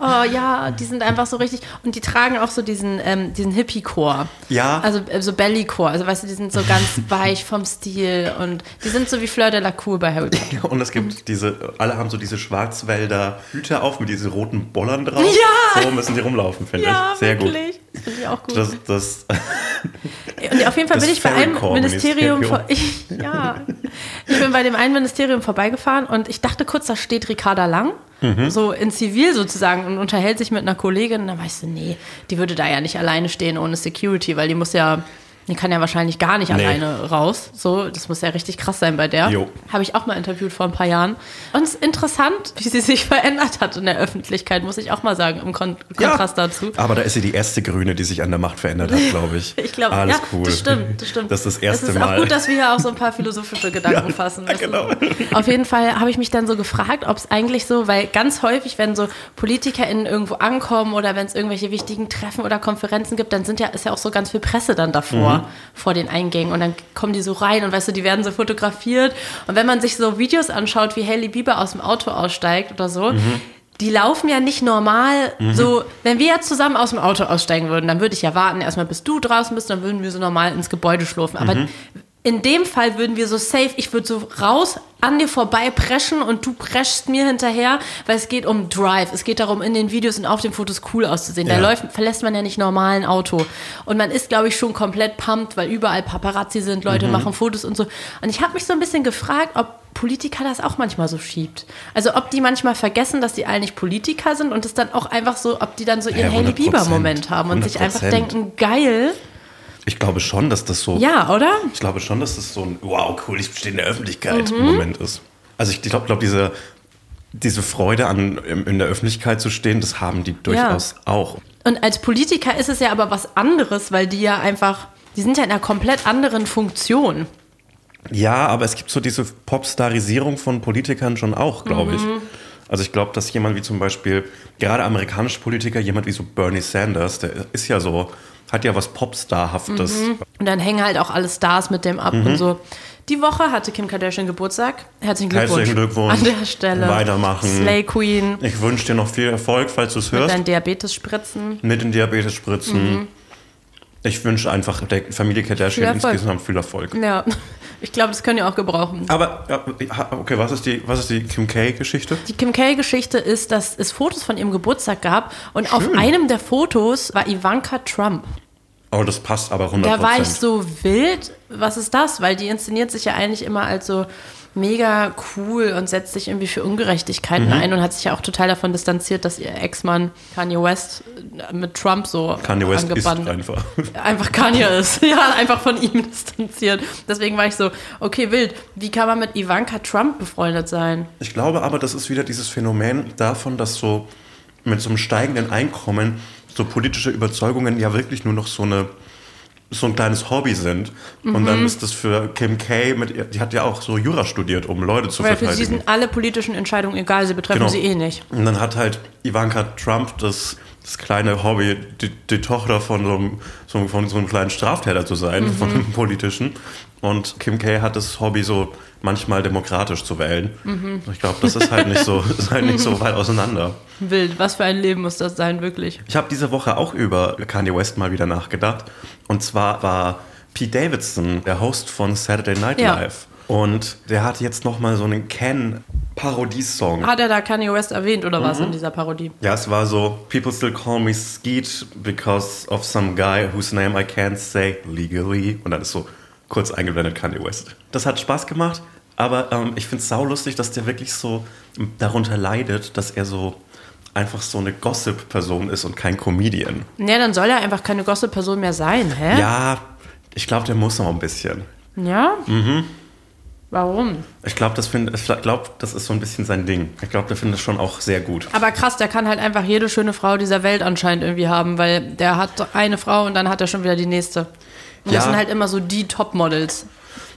S1: Oh ja, die sind einfach so richtig. Und die tragen auch so diesen, ähm, diesen Hippie-Chor.
S3: Ja.
S1: Also äh, so Belly-Chor. Also weißt du, die sind so ganz weich vom Stil. Und die sind so wie Fleur de la Cour bei Harry Potter.
S3: Und es gibt diese, alle haben so diese Schwarzwälder Hüte auf mit diesen roten Bollern drauf.
S1: Ja.
S3: So müssen die rumlaufen, finde ich. Sehr
S1: wirklich. Das finde ich auch gut.
S3: gut. Das, das,
S1: Und auf jeden Fall
S3: Das
S1: bin ich bei einem
S3: Ferry-Corps-Ministerium.
S1: Ministerium. Vor, ich, ja, ich bin bei dem einen Ministerium vorbeigefahren und ich dachte kurz, da steht Ricarda Lang,
S3: Mhm.
S1: so in Zivil sozusagen, und unterhält sich mit einer Kollegin. Und dann war ich so, nee, die würde da ja nicht alleine stehen ohne Security, weil die muss ja. Die kann ja wahrscheinlich gar nicht
S3: Nee.
S1: alleine raus. So, das muss ja richtig krass sein bei der.
S3: Jo.
S1: Habe ich auch mal interviewt vor ein paar Jahren. Und es ist interessant, wie sie sich verändert hat in der Öffentlichkeit, muss ich auch mal sagen, im Kon Kontrast dazu.
S3: Aber da ist sie die erste Grüne, die sich an der Macht verändert hat, glaube ich.
S1: Ich glaube,
S3: Alles
S1: ja,
S3: cool.
S1: das stimmt, das stimmt.
S3: Das ist das erste
S1: Es ist
S3: Mal.
S1: auch gut, dass wir hier auch so ein paar philosophische Gedanken fassen.
S3: ja,
S1: Das
S3: genau.
S1: Ist, auf jeden Fall habe ich mich dann so gefragt, ob es eigentlich so, weil ganz häufig, wenn so PolitikerInnen irgendwo ankommen oder wenn es irgendwelche wichtigen Treffen oder Konferenzen gibt, dann sind ja, ist ja auch so ganz viel Presse dann davor, vor den Eingängen und dann kommen die so rein und weißt du, die werden so fotografiert und wenn man sich so Videos anschaut, wie Hailey Bieber aus dem Auto aussteigt oder so, die laufen ja nicht normal so, wenn wir jetzt zusammen aus dem Auto aussteigen würden, dann würde ich ja warten, erstmal bis du draußen bist, dann würden wir so normal ins Gebäude schlurfen. Aber in dem Fall würden wir so safe, ich würde so raus an dir vorbei preschen und du preschst mir hinterher, weil es geht um Drive. Es geht darum, in den Videos und auf den Fotos cool auszusehen. Da
S3: Ja.
S1: läuft, verlässt man ja nicht normal ein Auto. Und man ist, glaube ich, schon komplett pumped, weil überall Paparazzi sind, Leute
S3: Mhm.
S1: machen Fotos und so. Und ich habe mich so ein bisschen gefragt, ob Politiker das auch manchmal so schiebt. Also ob die manchmal vergessen, dass die eigentlich Politiker sind und es dann auch einfach so, ob die dann so ihren
S3: Ja,
S1: Hailey
S3: 100%,
S1: Bieber-Moment haben und sich einfach
S3: 100%.
S1: denken, geil.
S3: Ich glaube schon, dass das so.
S1: Ja, oder?
S3: Ich glaube schon, dass das so ein Wow, cool, ich stehe in der Öffentlichkeit
S1: Mhm.
S3: Moment ist. Also ich glaube, glaub, diese, diese Freude an im- in der Öffentlichkeit zu stehen, das haben die durchaus auch.
S1: Und als Politiker ist es ja aber was anderes, weil die ja einfach, die sind ja in einer komplett anderen Funktion.
S3: Ja, aber es gibt so diese Popstarisierung von Politikern schon auch, glaube
S1: Mhm.
S3: ich. Also ich glaube, dass jemand wie zum Beispiel, gerade amerikanische Politiker, jemand wie so Bernie Sanders, der ist ja so, hat ja was Popstarhaftes.
S1: Und dann hängen halt auch alle Stars mit dem ab
S3: Mhm.
S1: und so. Die Woche hatte Kim Kardashian Geburtstag. Herzlichen Glückwunsch.
S3: Herzlichen Glückwunsch.
S1: An der Stelle.
S3: Weitermachen.
S1: Slay Queen.
S3: Ich wünsche dir noch viel Erfolg, falls du es
S1: Mit
S3: hörst.
S1: deinen Diabetes-Spritzen.
S3: mit den Diabetes-Spritzen. Ich wünsche einfach der Familie Kardashian
S1: Mhm. Viel Erfolg. Mhm.
S3: insgesamt viel Erfolg.
S1: Ja, ich glaube, das können die auch gebrauchen.
S3: Aber, ja, okay, was ist die, was ist die Kim K-Geschichte?
S1: Die Kim K-Geschichte ist, dass es Fotos von ihrem Geburtstag gab und auf einem der Fotos war Ivanka Trump.
S3: Oh, das passt aber 100%.
S1: Da war ich so wild, was ist das? Weil die inszeniert sich ja eigentlich immer als so mega cool und setzt sich irgendwie für Ungerechtigkeiten
S3: Mhm.
S1: ein und hat sich ja auch total davon distanziert, dass ihr Ex-Mann Kanye West mit Trump so
S3: Kanye West ist
S1: angebannt
S3: einfach.
S1: einfach Kanye ist. Ja, einfach von ihm distanziert. Deswegen war ich so, okay, wild. Wie kann man mit Ivanka Trump befreundet sein?
S3: Ich glaube aber, das ist wieder dieses Phänomen davon, dass so mit so einem steigenden Einkommen so politische Überzeugungen ja wirklich nur noch so eine so ein kleines Hobby sind. Und dann ist das für Kim K, mit, ihr- die hat ja auch so Jura studiert, um Leute zu
S1: Weil für sie
S3: verteidigen. Genau.
S1: sind alle politischen Entscheidungen egal, sie betreffen sie eh nicht.
S3: Und dann hat halt Ivanka Trump das, das kleine Hobby, die, die Tochter von so, einem, so, von so einem kleinen Straftäter zu sein, von einem politischen. Und Kim K hat das Hobby so manchmal demokratisch zu wählen. Ich glaube, das ist halt nicht so, ist halt nicht so weit auseinander.
S1: Wild, was für ein Leben muss das sein, wirklich.
S3: Ich habe diese Woche auch über Kanye West mal wieder nachgedacht. Und zwar war Pete Davidson der Host von Saturday Night
S1: Ja.
S3: Live. Und der hat jetzt nochmal so einen Ken-Parodiesong.
S1: Hat er da Kanye West erwähnt oder
S3: Mhm.
S1: was in dieser Parodie?
S3: Ja, es war so, people still call me Skeet because of some guy whose name I can't say legally. Und dann ist so kurz eingeblendet Kanye West. Das hat Spaß gemacht, aber ähm, ich finde es saulustig, dass der wirklich so darunter leidet, dass er so einfach so eine Gossip-Person ist und kein Comedian.
S1: Nee, dann soll er einfach keine Gossip-Person mehr sein, hä?
S3: Ja, ich glaube, der muss noch ein bisschen.
S1: Ja?
S3: Mhm.
S1: Warum?
S3: Ich glaube, das, find- ich glaub, das ist so ein bisschen sein Ding. Ich glaube, der findet es schon auch sehr gut.
S1: Aber krass, der kann halt einfach jede schöne Frau dieser Welt anscheinend irgendwie haben, weil der hat eine Frau und dann hat er schon wieder die nächste. Und
S3: Ja.
S1: das sind halt immer so die Top-Models.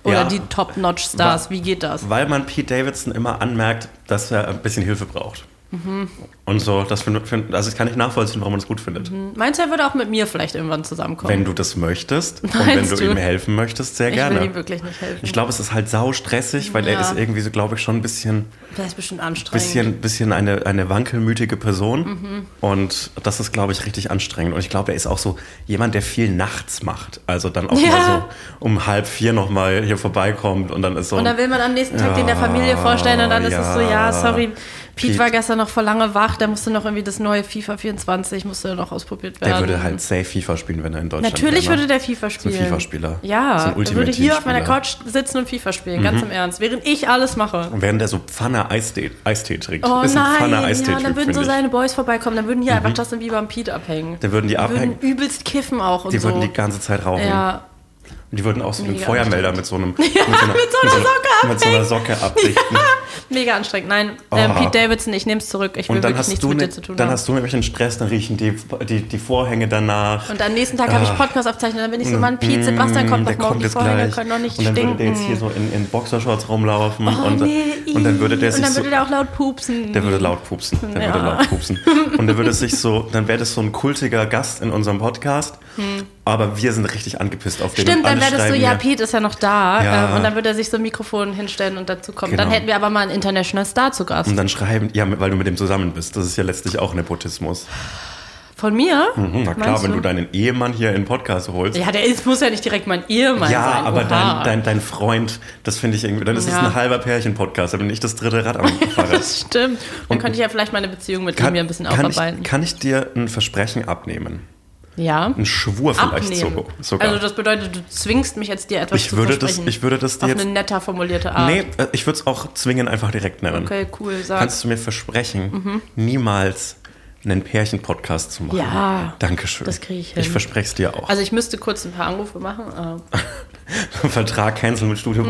S1: Oder
S3: Ja.
S1: die Top-Notch-Stars.
S3: Wa-
S1: Wie geht das?
S3: Weil man Pete Davidson immer anmerkt, dass er ein bisschen Hilfe braucht.
S1: Mhm.
S3: Und so, das find, find, also ich kann nicht nachvollziehen, warum man das gut findet.
S1: Meinst du, er würde auch mit mir vielleicht irgendwann zusammenkommen?
S3: Wenn du das möchtest und wenn
S1: Meinst
S3: du,
S1: du?
S3: ihm helfen möchtest, sehr
S1: ich
S3: gerne.
S1: will ihm wirklich nicht helfen.
S3: ich glaube, es ist halt sau stressig, weil er
S1: Ja.
S3: ist irgendwie so, glaube ich, schon ein bisschen,
S1: Der ist bestimmt anstrengend.
S3: bisschen, bisschen eine, eine wankelmütige
S1: Mhm.
S3: Person. Und das ist, glaube ich, richtig anstrengend. Und ich glaube, er ist auch so jemand, der viel nachts macht. Also dann auch mal
S1: Ja.
S3: so um halb vier nochmal hier vorbeikommt und dann ist so.
S1: Und dann will man am nächsten Tag den der Familie vorstellen und dann ist es so, ja, sorry, Pete,
S3: Pete-
S1: war gestern noch vor lange wach, da musste noch irgendwie das neue FIFA 24, musste noch ausprobiert werden.
S3: Der würde halt safe FIFA spielen, wenn er in Deutschland
S1: Natürlich
S3: wäre, ne?
S1: würde der FIFA
S3: ein
S1: spielen.
S3: FIFA-Spieler. So
S1: Ja,
S3: ein Mhm.
S1: er würde hier auf meiner
S3: Ultimate-Team-Spieler.
S1: Couch sitzen und FIFA spielen, ganz im Ernst, während ich alles mache.
S3: Und während er so Pfanne Eistee, Eistee trinkt.
S1: Oh
S3: ist ein
S1: nein,
S3: Pfanne
S1: ja,
S3: Eistee
S1: dann würden so
S3: ich.
S1: seine Boys vorbeikommen, dann würden hier einfach Justin Bieber und Pete abhängen.
S3: Dann würden die
S1: Die
S3: abhängen.
S1: würden übelst kiffen auch und
S3: Die
S1: so.
S3: würden die ganze Zeit rauchen.
S1: ja,
S3: Und die würden auch so einen
S1: Mega
S3: Feuermelder mit so einem
S1: Ja,
S3: mit so einer,
S1: mit so einer Socke
S3: mit so einer Socke abdichten.
S1: mega anstrengend. Nein, äh,
S3: Oh.
S1: Pete Davidson, ich nehme es zurück, ich will
S3: Und dann
S1: wirklich
S3: hast,
S1: nichts
S3: du
S1: mit
S3: ne,
S1: dir zu tun
S3: dann
S1: haben.
S3: hast du nämlich einen Stress, dann riechen die, die, die Vorhänge danach. Mm,
S1: Und am nächsten Tag habe ich Podcast aufzeichnet, dann bin ich so, Mann, Pete, Sebastian kommt
S3: Ah. der
S1: noch morgen,
S3: kommt
S1: die
S3: jetzt
S1: Vorhänge
S3: gleich.
S1: können noch nicht
S3: und dann würde der
S1: stinken.
S3: jetzt hier so in, in Boxershorts rumlaufen.
S1: Oh,
S3: und,
S1: nee,
S3: und dann würde
S1: ii.
S3: der
S1: und
S3: sich
S1: dann
S3: so,
S1: würde der auch laut pupsen.
S3: Der würde laut pupsen. Der
S1: Ja.
S3: würde laut pupsen. Und der würde sich so, dann wäre das so ein kultiger Gast in unserem Podcast. Aber wir sind richtig angepisst auf den. Und
S1: Hm. Stimmt, dann
S3: alle
S1: wäre das so,
S3: schreiben
S1: ja,
S3: mir,
S1: Pete ist ja noch da.
S3: Ja.
S1: ähm, Und dann würde er sich so ein Mikrofon hinstellen und dazu kommen. Dann
S3: Genau. Hm.
S1: hätten wir aber mal einen International Star zu Gast.
S3: Und dann schreiben, ja, weil du mit dem zusammen bist. Das ist ja letztlich auch Nepotismus.
S1: Von mir?
S3: Mhm, na klar,
S1: Meinst
S3: wenn
S1: du?
S3: du deinen Ehemann hier in den Podcast holst.
S1: Ja, der ist, muss ja nicht direkt mein Ehemann
S3: Ja,
S1: sein.
S3: aber dein,
S1: Oha.
S3: dein, dein Freund, das finde ich irgendwie, dann ist es
S1: Ja.
S3: ein halber Pärchen-Podcast, dann bin ich das dritte Rad am Fahrrad.
S1: Das stimmt. Dann könnte ich ja vielleicht meine Beziehung mit ihm mir ein bisschen
S3: kann,
S1: aufarbeiten.
S3: ich, kann ich dir ein Versprechen abnehmen?
S1: ja.
S3: Ein Schwur Hm, vielleicht
S1: Abnehmen.
S3: so- sogar.
S1: Also das bedeutet, du zwingst mich jetzt dir etwas
S3: Ich
S1: zu
S3: würde das-
S1: versprechen.
S3: ich würde das dir
S1: Auf
S3: jetzt-
S1: eine netter formulierte Art.
S3: Nee, äh, ich würde es auch zwingen, einfach direkt nennen.
S1: Okay, cool, sag.
S3: Kannst du mir versprechen, niemals einen Pärchen-Podcast zu machen?
S1: Ja.
S3: Dankeschön.
S1: Das krieg ich hin.
S3: Ich verspreche es dir auch.
S1: Also ich müsste kurz ein paar Anrufe machen. Äh,
S3: Vertrag cancel mit Studio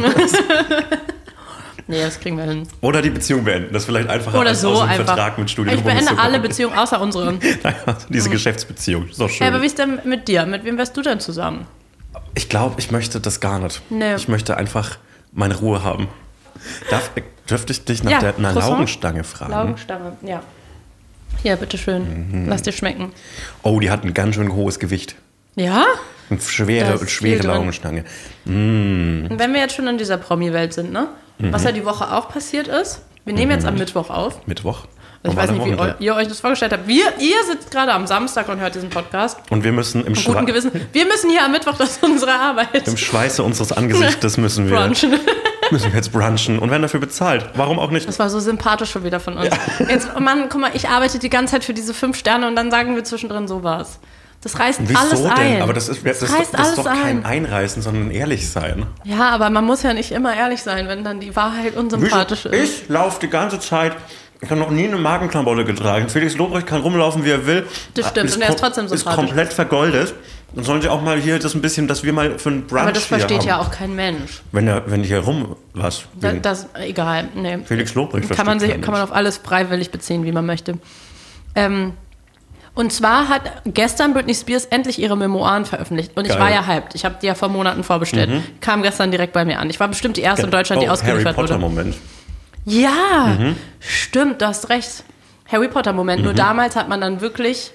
S1: nee, das kriegen wir hin.
S3: Oder die Beziehung beenden. Das ist vielleicht einfacher
S1: Oder
S3: als
S1: so
S3: also aus dem
S1: einfach.
S3: Vertrag mit Studio
S1: ich beende alle Beziehungen außer unseren.
S3: Beziehungen. Diese Geschäftsbeziehung. So schön.
S1: Hey, aber wie ist denn mit dir? Mit wem wärst du denn zusammen?
S3: ich glaube, ich möchte das gar nicht.
S1: Nee.
S3: Ich möchte einfach meine Ruhe haben. Darf, äh, dürfte ich dich nach
S1: Ja,
S3: der einer
S1: Croissant?
S3: Laugenstange fragen?
S1: Laugenstange, ja. Hier, bitteschön. Lass dir schmecken.
S3: Oh, die hat ein ganz schön hohes Gewicht.
S1: Ja?
S3: Eine
S1: Da
S3: schwere,
S1: ist
S3: schwere
S1: viel drin.
S3: Laugenstange.
S1: Und wenn wir jetzt schon in dieser Promi-Welt sind, ne? Was ja die Woche auch passiert ist. Wir nehmen jetzt am Mittwoch auf.
S3: Mittwoch.
S1: Also
S3: Normaler
S1: ich weiß nicht, wie eu
S3: Wochenende.
S1: ihr euch das vorgestellt habt. Wir, ihr sitzt gerade am Samstag und hört diesen Podcast.
S3: Und wir müssen im, Schwe
S1: Guten Gewissen. Wir müssen hier am Mittwoch, das ist unsere Arbeit.
S3: im Schweiße unseres Angesichtes müssen wir,
S1: Brunchen.
S3: müssen wir jetzt brunchen und werden dafür bezahlt. Warum auch nicht?
S1: Das war so sympathisch schon wieder von uns. Jetzt, oh Mann, guck mal, ich arbeite die ganze Zeit für diese fünf Sterne und dann sagen wir zwischendrin sowas. Das reißt
S3: Wieso
S1: alles
S3: denn?
S1: ein.
S3: Aber das ist, das, das,
S1: reißt
S3: das ist doch
S1: alles
S3: kein
S1: ein.
S3: Einreißen, sondern ehrlich sein.
S1: Ja, aber man muss ja nicht immer ehrlich sein, wenn dann die Wahrheit unsympathisch ist.
S3: Ich laufe die ganze Zeit. Ich habe noch nie eine Magenklamotte getragen. Felix Lobrecht kann rumlaufen, wie er will.
S1: Das stimmt, und er ist
S3: kom-
S1: trotzdem
S3: Ist
S1: sympathisch.
S3: komplett vergoldet. Dann sollen sie auch mal hier das ein bisschen, dass wir mal für einen Brunch
S1: Aber das versteht
S3: hier
S1: ja
S3: haben.
S1: auch kein Mensch.
S3: Wenn, er, wenn hier rum was.
S1: Da,
S3: wegen-
S1: das, egal, nee.
S3: Felix Lobrecht
S1: kann man,
S3: versteht
S1: sich,
S3: kein
S1: kann man
S3: Mensch.
S1: auf alles freiwillig beziehen, wie man möchte. Ähm, und zwar hat gestern Britney Spears endlich ihre Memoiren veröffentlicht. Und
S3: Geil. Mhm.
S1: ich war ja hyped. Ich habe die ja vor Monaten vorbestellt. Kam gestern direkt bei mir an. Ich war bestimmt die erste in Deutschland, die
S3: oh, Harry
S1: ausgeliefert
S3: Potter
S1: wurde.
S3: Moment. Mhm.
S1: Ja, stimmt, du hast recht. Harry Potter Moment. Nur damals hat man dann wirklich,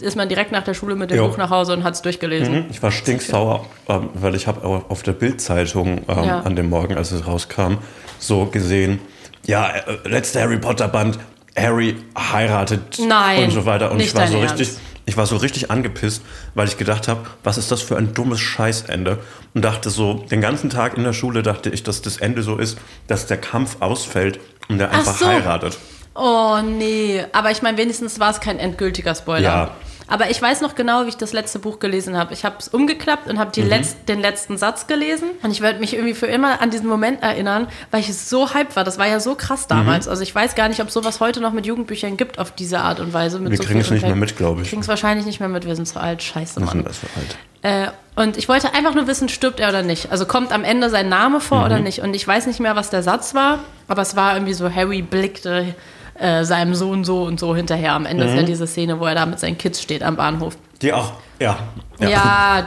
S1: ist man direkt nach der Schule mit dem
S3: Jo. Mhm.
S1: Buch nach Hause und hat es durchgelesen.
S3: Ich war stinksauer, ähm, weil ich habe auf der Bildzeitung ähm,
S1: Ja.
S3: an dem Morgen, als es rauskam, so gesehen, ja, äh, letzter Harry Potter Band, Harry heiratet
S1: Nein,
S3: und so weiter. Und ich
S1: nicht
S3: war
S1: dein
S3: so
S1: Ernst.
S3: richtig, ich war so richtig angepisst, weil ich gedacht habe, was ist das für ein dummes Scheißende? Und dachte so, den ganzen Tag in der Schule dachte ich, dass das Ende so ist, dass der Kampf ausfällt und der einfach
S1: so.
S3: heiratet.
S1: Oh nee, aber ich meine, wenigstens war es kein endgültiger Spoiler.
S3: Ja.
S1: Aber ich weiß noch genau, wie ich das letzte Buch gelesen habe. Ich habe es umgeklappt und habe
S3: Mhm.
S1: die letz den letzten Satz gelesen. Und ich werde mich irgendwie für immer an diesen Moment erinnern, weil ich so hyped war. Das war ja so krass
S3: Mhm.
S1: damals. Also ich weiß gar nicht, ob sowas heute noch mit Jugendbüchern gibt auf diese Art und Weise. Mit
S3: Wir
S1: so
S3: kriegen
S1: viel
S3: es nicht mehr
S1: Impact.
S3: mit, glaube ich.
S1: Kriegen es wahrscheinlich nicht mehr mit. Wir sind zu alt. Scheiße,
S3: Wir
S1: Mann.
S3: sind also alt.
S1: Äh, und ich wollte einfach nur wissen, stirbt er oder nicht. Also kommt am Ende sein Name vor oder nicht. Und ich weiß nicht mehr, was der Satz war, aber es war irgendwie so, Harry blickte äh, seinem Sohn so und so hinterher. Am Ende ist ja diese Szene, wo er da mit seinen Kids steht am Bahnhof.
S3: Die auch, ja.
S1: Ja,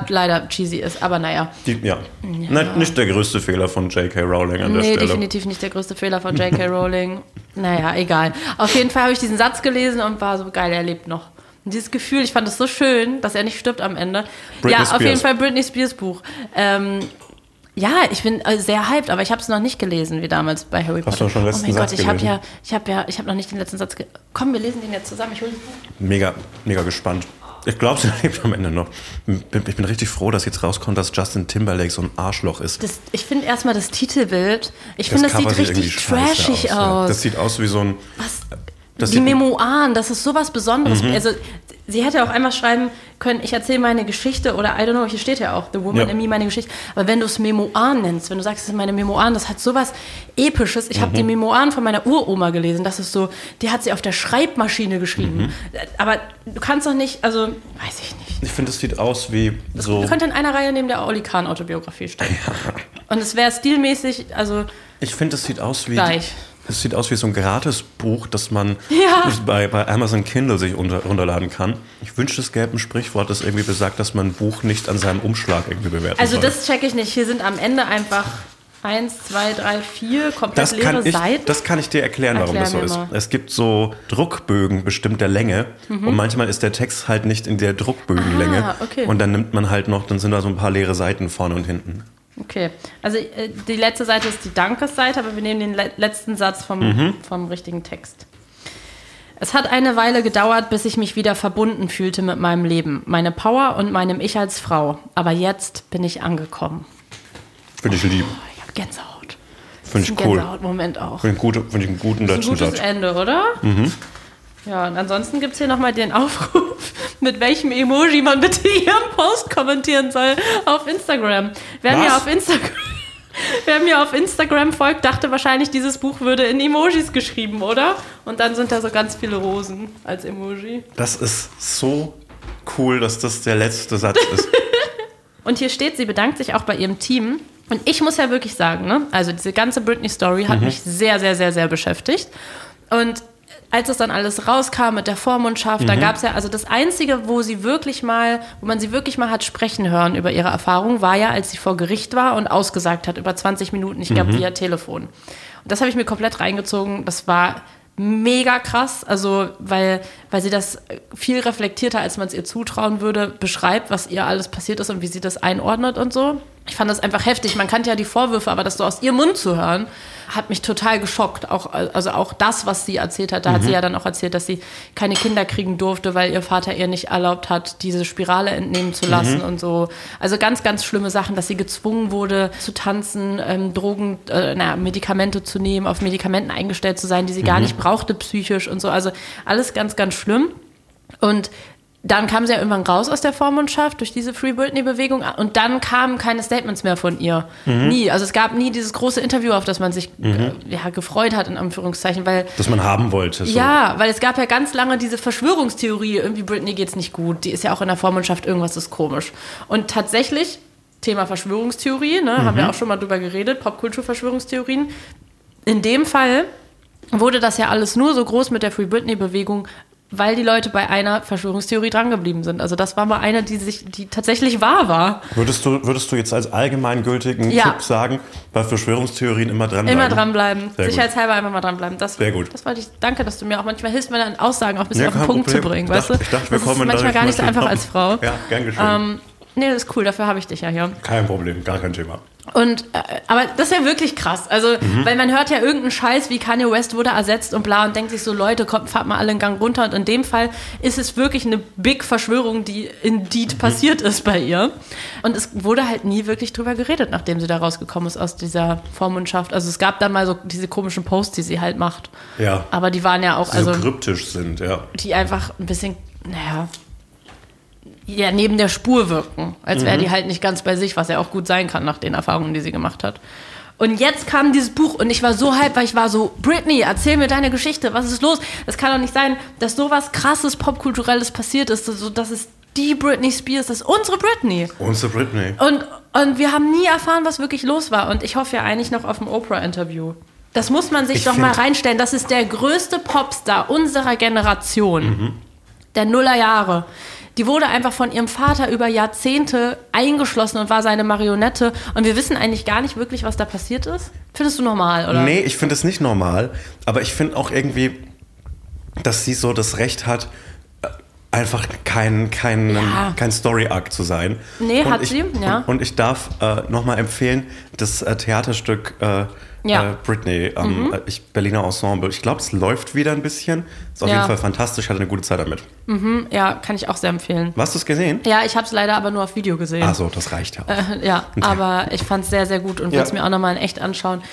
S1: leider cheesy ist, aber naja.
S3: Die, ja. Nein, nicht der größte Fehler von J.K. Rowling an der
S1: Nee,
S3: Stelle.
S1: definitiv nicht der größte Fehler von J.K. Rowling. naja, egal. Auf jeden Fall habe ich diesen Satz gelesen und war so geil, er lebt noch. Und dieses Gefühl, ich fand es so schön, dass er nicht stirbt am Ende.
S3: Britney
S1: ja, auf
S3: Spears.
S1: jeden Fall Britney Spears Buch. Ähm, ja, ich bin äh, sehr hyped, aber ich habe es noch nicht gelesen, wie damals bei Harry
S3: Hast
S1: Potter.
S3: du schon den
S1: oh
S3: letzten
S1: mein Gott,
S3: Satz
S1: ich habe
S3: gelesen?
S1: ja, ich habe ja, ich habe noch nicht den letzten Satz. Ge Komm, wir lesen den jetzt zusammen. Ich hole das Buch.
S3: Mega, mega gespannt. Ich glaube, sie lebt am Ende noch. Bin- Ich bin richtig froh, dass jetzt rauskommt, dass Justin Timberlake so ein Arschloch ist.
S1: Das, ich finde erstmal das Titelbild. Ich finde, das,
S3: Cover
S1: sieht richtig
S3: scheiße
S1: trashig aus.
S3: ja. Das sieht aus wie so ein. Das
S1: die
S3: sieht- Mhm.
S1: Memoiren, das ist sowas Besonderes. Also, sie hätte auch einmal schreiben können, ich erzähle meine Geschichte oder I don't know, hier steht ja auch, The Woman
S3: Ja.
S1: in Me, meine Geschichte. Aber wenn du es Memoiren nennst, wenn du sagst, es sind meine Memoiren, das hat sowas Episches. Ich habe die
S3: Mhm.
S1: Memoiren von meiner Uroma gelesen, das ist so, die hat sie auf der Schreibmaschine
S3: Mhm.
S1: geschrieben. Aber du kannst doch nicht, also, weiß ich nicht.
S3: Ich finde, das sieht aus wie so.
S1: Du könntest in einer Reihe neben der Oli Kahn Autobiografie stehen. Und es wäre stilmäßig, also,
S3: Ich finde, das sieht aus wie.
S1: Gleich.
S3: Es sieht aus wie so ein Gratisbuch, das man
S1: Ja.
S3: bei, bei Amazon Kindle sich unter, runterladen kann. Ich wünschte, es gäbe ein Sprichwort, das irgendwie besagt, dass man ein Buch nicht an seinem Umschlag irgendwie bewerten
S1: also
S3: soll.
S1: das checke ich nicht. Hier sind am Ende einfach eins, zwei, drei, vier komplett
S3: Das
S1: leere
S3: kann, ich,
S1: Seiten.
S3: das kann ich dir erklären, warum
S1: Erklär
S3: das so
S1: mir
S3: ist. Es gibt so Druckbögen bestimmter Länge und manchmal ist der Text halt nicht in der Druckbögenlänge.
S1: Mhm. Ah, okay.
S3: Und dann nimmt man halt noch, dann sind da so ein paar leere Seiten vorne und hinten.
S1: Okay, also äh, die letzte Seite ist die Dankesseite, aber wir nehmen den le letzten Satz vom,
S3: Mhm.
S1: vom richtigen Text. Es hat eine Weile gedauert, bis ich mich wieder verbunden fühlte mit meinem Leben, meine Power und meinem Ich als Frau. Aber jetzt bin ich angekommen.
S3: Finde ich lieb.
S1: Oh, ich habe Gänsehaut.
S3: Finde
S1: Ein
S3: ich cool.
S1: Gänsehaut-Moment auch.
S3: Finde ich, gute, find ich einen guten
S1: Ein
S3: letzten
S1: gutes
S3: Satz.
S1: Ende, oder? Ja, und ansonsten gibt es hier nochmal den Aufruf, mit welchem Emoji man bitte ihren Post kommentieren soll auf Instagram. Wer
S3: Was?
S1: mir auf Instagram. Wer mir auf Instagram folgt, dachte wahrscheinlich, dieses Buch würde in Emojis geschrieben, oder? Und dann sind da so ganz viele Rosen als Emoji.
S3: Das ist so cool, dass das der letzte Satz ist.
S1: Und hier steht, sie bedankt sich auch bei ihrem Team. Und ich muss ja wirklich sagen, ne? also diese ganze Britney-Story hat mich sehr, sehr, sehr, sehr beschäftigt. Und als es dann alles rauskam mit der Vormundschaft, da gab es ja, also das Einzige, wo sie wirklich mal, wo man sie wirklich mal hat sprechen hören über ihre Erfahrung, war ja, als sie vor Gericht war und ausgesagt hat über 20 Minuten, ich glaube, via Telefon. Und das habe ich mir komplett reingezogen. Das war mega krass, also weil, weil sie das viel reflektierter, als man es ihr zutrauen würde, beschreibt, was ihr alles passiert ist und wie sie das einordnet und so. Ich fand das einfach heftig. Man kannte ja die Vorwürfe, aber das so aus ihrem Mund zu hören, hat mich total geschockt. Auch, also auch das, was sie erzählt hat, da hat sie ja dann auch erzählt, dass sie keine Kinder kriegen durfte, weil ihr Vater ihr nicht erlaubt hat, diese Spirale entnehmen zu lassen und so. Also ganz, ganz schlimme Sachen, dass sie gezwungen wurde zu tanzen, ähm, Drogen, äh, naja, Medikamente zu nehmen, auf Medikamenten eingestellt zu sein, die sie gar nicht brauchte psychisch und so. Also alles ganz, ganz schlimm. Und dann kam sie ja irgendwann raus aus der Vormundschaft durch diese Free Britney-Bewegung und dann kamen keine Statements mehr von ihr. Nie. Also es gab nie dieses große Interview, auf das man sich äh, ja, gefreut hat, in Anführungszeichen, weil
S3: das man haben wollte. So.
S1: ja, weil es gab ja ganz lange diese Verschwörungstheorie, irgendwie Britney geht's nicht gut, die ist ja auch in der Vormundschaft, irgendwas ist komisch. Und tatsächlich, Thema Verschwörungstheorie, ne, haben wir auch schon mal drüber geredet, Popkultur-Verschwörungstheorien. In dem Fall wurde das ja alles nur so groß mit der Free Britney-Bewegung, weil die Leute bei einer Verschwörungstheorie drangeblieben sind. Also das war mal eine, die sich, die tatsächlich wahr war.
S3: Würdest, du, würdest du jetzt als allgemeingültigen
S1: Ja.
S3: Tipp sagen, bei Verschwörungstheorien immer dran
S1: Immer dranbleiben.
S3: Sehr gut.
S1: Sicherheitshalber einfach mal dranbleiben. Das,
S3: Sehr gut.
S1: Das wollte ich. Danke, dass du mir auch manchmal hilfst, meine Aussagen auch ein bisschen
S3: Ja,
S1: auf den
S3: kein
S1: Punkt zu
S3: Problem.
S1: bringen.
S3: Ich
S1: weißt
S3: dachte-
S1: du?
S3: ich dachte, wir
S1: das ist
S3: kommen
S1: manchmal
S3: dadurch
S1: gar nicht so
S3: mal
S1: einfach
S3: zusammen.
S1: als Frau.
S3: Ja, gern geschehen.
S1: Ähm, nee, das ist cool. Dafür habe ich dich ja hier.
S3: Kein Problem, gar kein Thema.
S1: Und äh, aber das ist ja wirklich krass. Also,
S3: Mhm.
S1: weil man hört ja irgendeinen Scheiß, wie Kanye West wurde ersetzt und bla und denkt sich so, Leute, kommt, fahrt mal alle einen Gang runter. Und in dem Fall ist es wirklich eine big Verschwörung, die
S3: Mhm.
S1: indeed passiert ist bei ihr. Und es wurde halt nie wirklich drüber geredet, nachdem sie da rausgekommen ist aus dieser Vormundschaft. Also es gab dann mal so diese komischen Posts, die sie halt macht.
S3: Ja.
S1: Aber die waren ja auch,
S3: Die
S1: also
S3: so kryptisch sind, ja.
S1: die einfach ein bisschen, naja, ja, neben der Spur wirken. Als wäre die halt nicht ganz bei sich, was ja auch gut sein kann nach den Erfahrungen, die sie gemacht hat. Und jetzt kam dieses Buch und ich war so hype, weil ich war so, Britney, erzähl mir deine Geschichte, was ist los? Es kann doch nicht sein, dass sowas krasses Popkulturelles passiert ist, so dass es die Britney Spears, das ist unsere Britney.
S3: Unsere Britney.
S1: Und, und wir haben nie erfahren, was wirklich los war. Und ich hoffe ja eigentlich noch auf ein Oprah-Interview. Das muss man sich
S3: Ich
S1: doch mal
S3: find-
S1: reinstellen. Das ist der größte Popstar unserer Generation.
S3: Mhm.
S1: Der Nullerjahre. Die wurde einfach von ihrem Vater über Jahrzehnte eingeschlossen und war seine Marionette. Und wir wissen eigentlich gar nicht wirklich, was da passiert ist. Findest du normal, oder?
S3: Nee, ich finde es nicht normal. Aber ich finde auch irgendwie, dass sie so das Recht hat, äh, einfach kein, kein,
S1: Ja.
S3: kein Story-Arc zu sein.
S1: Nee, hat
S3: ich,
S1: sie, ja.
S3: Und, und ich darf äh, nochmal empfehlen, das äh, Theaterstück äh,
S1: Ja. Mhm.
S3: äh, Britney am äh, ich, Berliner Ensemble. Ich glaube, es läuft wieder ein bisschen. Ist auf
S1: Ja.
S3: jeden Fall fantastisch, hatte eine gute Zeit damit.
S1: Ja, kann ich auch sehr empfehlen.
S3: Hast du es gesehen?
S1: Ja, ich habe es leider aber nur auf Video gesehen.
S3: Also, das reicht ja.
S1: äh,
S3: auch.
S1: Ja, aber ich fand's sehr, sehr gut und will's
S3: Ja.
S1: mir auch nochmal in echt anschauen.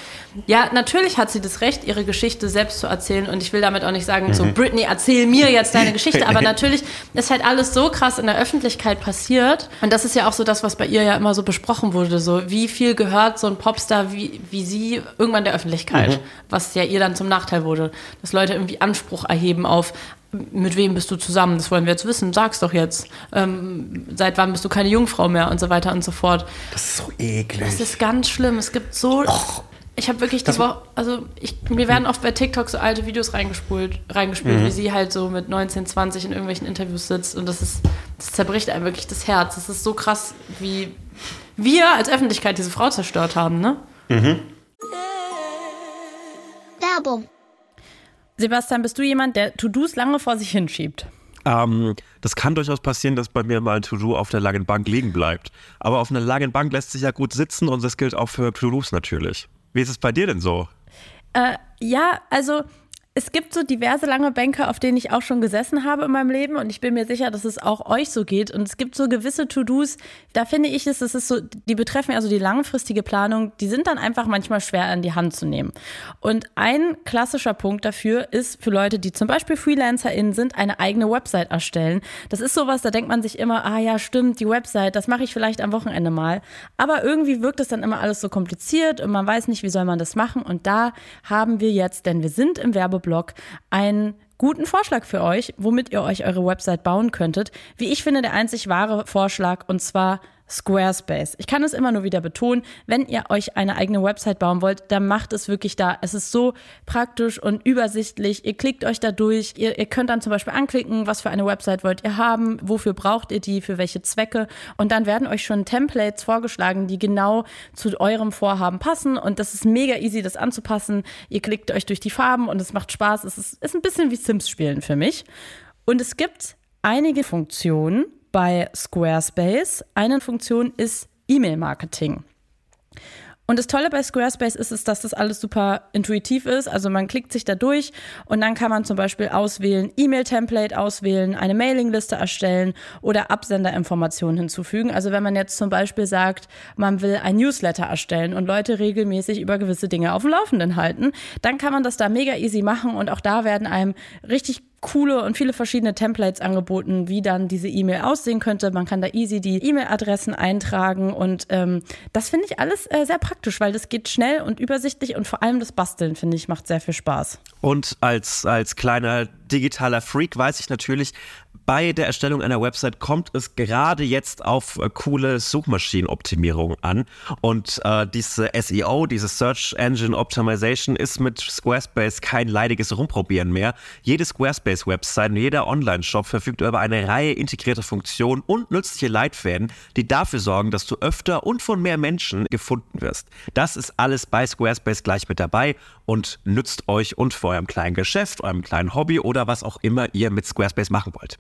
S1: Ja, natürlich hat sie das Recht, ihre Geschichte selbst zu erzählen und ich will damit auch nicht sagen, so Britney, erzähl mir jetzt deine Geschichte, aber natürlich ist halt alles so krass in der Öffentlichkeit passiert und das ist ja auch so das, was bei ihr ja immer so besprochen wurde, so wie viel gehört so ein Popstar wie, wie sie irgendwann der Öffentlichkeit, was ja ihr dann zum Nachteil wurde, dass Leute irgendwie Anspruch erheben auf mit wem bist du zusammen? Das wollen wir jetzt wissen. Sag's doch jetzt. Ähm, seit wann bist du keine Jungfrau mehr? Und so weiter und so fort.
S3: Das ist so eklig.
S1: Es ist ganz schlimm. Es gibt so. Ich habe wirklich die Woche, also ich, mir werden oft bei TikTok so alte Videos reingespult, reingespielt, wie sie halt so mit 19, 20 in irgendwelchen Interviews sitzt und das ist, das zerbricht einem wirklich das Herz. Das ist so krass, wie wir als Öffentlichkeit diese Frau zerstört haben, ne?
S5: Werbung.
S1: Sebastian, bist du jemand, der To-Dos lange vor sich hinschiebt?
S7: Ähm, das kann durchaus passieren, dass bei mir mal ein To-Do auf der langen Bank liegen bleibt. Aber auf einer langen Bank lässt sich ja gut sitzen und das gilt auch für To-Dos natürlich. Wie ist es bei dir denn so?
S2: Ja, also es gibt so diverse lange Bänke, auf denen ich auch schon gesessen habe in meinem Leben und ich bin mir sicher, dass es auch euch so geht. Und es gibt so gewisse To-Dos, da finde ich es, das ist so, die betreffen also die langfristige Planung, die sind dann einfach manchmal schwer an die Hand zu nehmen. Und ein klassischer Punkt dafür ist für Leute, die zum Beispiel FreelancerInnen sind, eine eigene Website erstellen. Das ist sowas, da denkt man sich immer, ah ja, stimmt, die Website, das mache ich vielleicht am Wochenende mal. Aber irgendwie wirkt es dann immer alles so kompliziert und man weiß nicht, wie soll man das machen. Und da haben wir jetzt, denn wir sind im Werbeblock, einen guten Vorschlag für euch, womit ihr euch eure Website bauen könntet. Wie ich finde, der einzig wahre Vorschlag und zwar Squarespace. Ich kann es immer nur wieder betonen, wenn ihr euch eine eigene Website bauen wollt, dann macht es wirklich da. Es ist so praktisch und übersichtlich. Ihr klickt euch da durch. Ihr, ihr könnt dann zum Beispiel anklicken, was für eine Website wollt ihr haben, wofür braucht ihr die, für welche Zwecke. Und dann werden euch schon Templates vorgeschlagen, die genau zu eurem Vorhaben passen. Und das ist mega easy, das anzupassen. Ihr klickt euch durch die Farben und es macht Spaß. Es ist, ist ein bisschen wie Sims spielen für mich. Und es gibt einige Funktionen bei Squarespace. Eine Funktion ist E-Mail-Marketing. Und das Tolle bei Squarespace ist es, dass das alles super intuitiv ist. Also man klickt sich da durch und dann kann man zum Beispiel auswählen, E-Mail-Template auswählen, eine Mailingliste erstellen oder Absenderinformationen hinzufügen. Also wenn man jetzt zum Beispiel sagt, man will ein Newsletter erstellen und Leute regelmäßig über gewisse Dinge auf dem Laufenden halten, dann kann man das da mega easy machen und auch da werden einem richtig coole und viele verschiedene Templates angeboten, wie dann diese E-Mail aussehen könnte. Man kann da easy die E-Mail-Adressen eintragen und ähm, das finde ich alles äh, sehr praktisch, weil das geht schnell und übersichtlich und vor allem das Basteln, finde ich, macht sehr viel Spaß.
S3: Und als, als kleiner digitaler Freak weiß ich natürlich, bei der Erstellung einer Website kommt es gerade jetzt auf äh, coole Suchmaschinenoptimierung an. Und äh, diese SEO, diese Search Engine Optimization ist mit Squarespace kein leidiges Rumprobieren mehr. Jede Squarespace-Website und jeder Online-Shop verfügt über eine Reihe integrierter Funktionen und nützliche Leitfäden, die dafür sorgen, dass du öfter und von mehr Menschen gefunden wirst. Das ist alles bei Squarespace gleich mit dabei und nützt euch und für eurem kleinen Geschäft, eurem kleinen Hobby oder was auch immer ihr mit Squarespace machen wollt.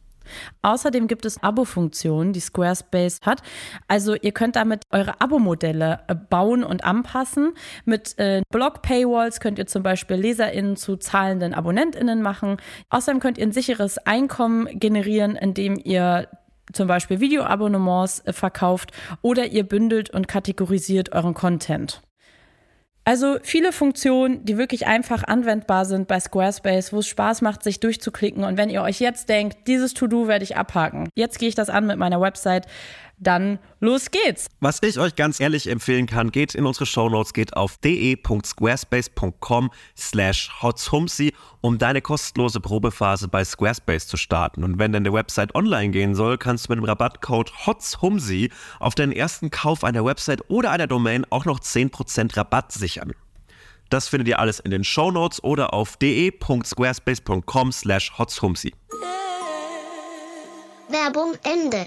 S2: Außerdem gibt es Abo-Funktionen, die Squarespace hat. Also ihr könnt damit eure Abo-Modelle äh, bauen und anpassen. Mit äh, Blog-Paywalls könnt ihr zum Beispiel LeserInnen zu zahlenden AbonnentInnen machen. Außerdem könnt ihr ein sicheres Einkommen generieren, indem ihr zum Beispiel Videoabonnements äh, verkauft oder ihr bündelt und kategorisiert euren Content. Also viele Funktionen, die wirklich einfach anwendbar sind bei Squarespace, wo es Spaß macht, sich durchzuklicken. Und wenn ihr euch jetzt denkt, dieses To-Do werde ich abhaken, jetzt gehe ich das an mit meiner Website, dann los geht's.
S3: Was ich euch ganz ehrlich empfehlen kann, geht in unsere Shownotes, geht auf de.squarespace.com slash hotzhumsi, um deine kostenlose Probephase bei Squarespace zu starten. Und wenn deine Website online gehen soll, kannst du mit dem Rabattcode hotzhumsi auf deinen ersten Kauf einer Website oder einer Domain auch noch 10% Rabatt sichern. Das findet ihr alles in den Shownotes oder auf de.squarespace.com slash hotzhumsi.
S5: Werbung Ende.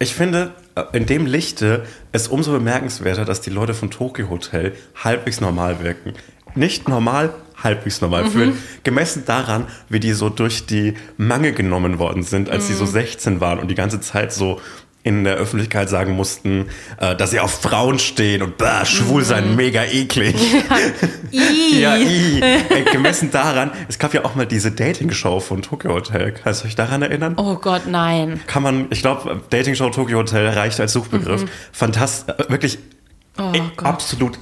S7: Ich finde, äh, in dem Lichte ist umso bemerkenswerter, dass die Leute von Tokyo Hotel halbwegs normal wirken. Nicht normal, halbwegs normal fühlen. Gemessen daran, wie die so durch die Mangel genommen worden sind, als die so 16 waren und die ganze Zeit so in der Öffentlichkeit sagen mussten, äh, dass sie auf Frauen stehen und bah, schwul sein, mega eklig. Ja, i. Äh, gemessen daran, es gab ja auch mal diese Dating-Show von Tokyo Hotel. Kannst du euch daran erinnern?
S1: Oh Gott, nein.
S7: kann man, ich glaube, Dating Show Tokyo Hotel reicht als
S1: Mhm.
S7: Suchbegriff. Fantastisch, wirklich i- absolut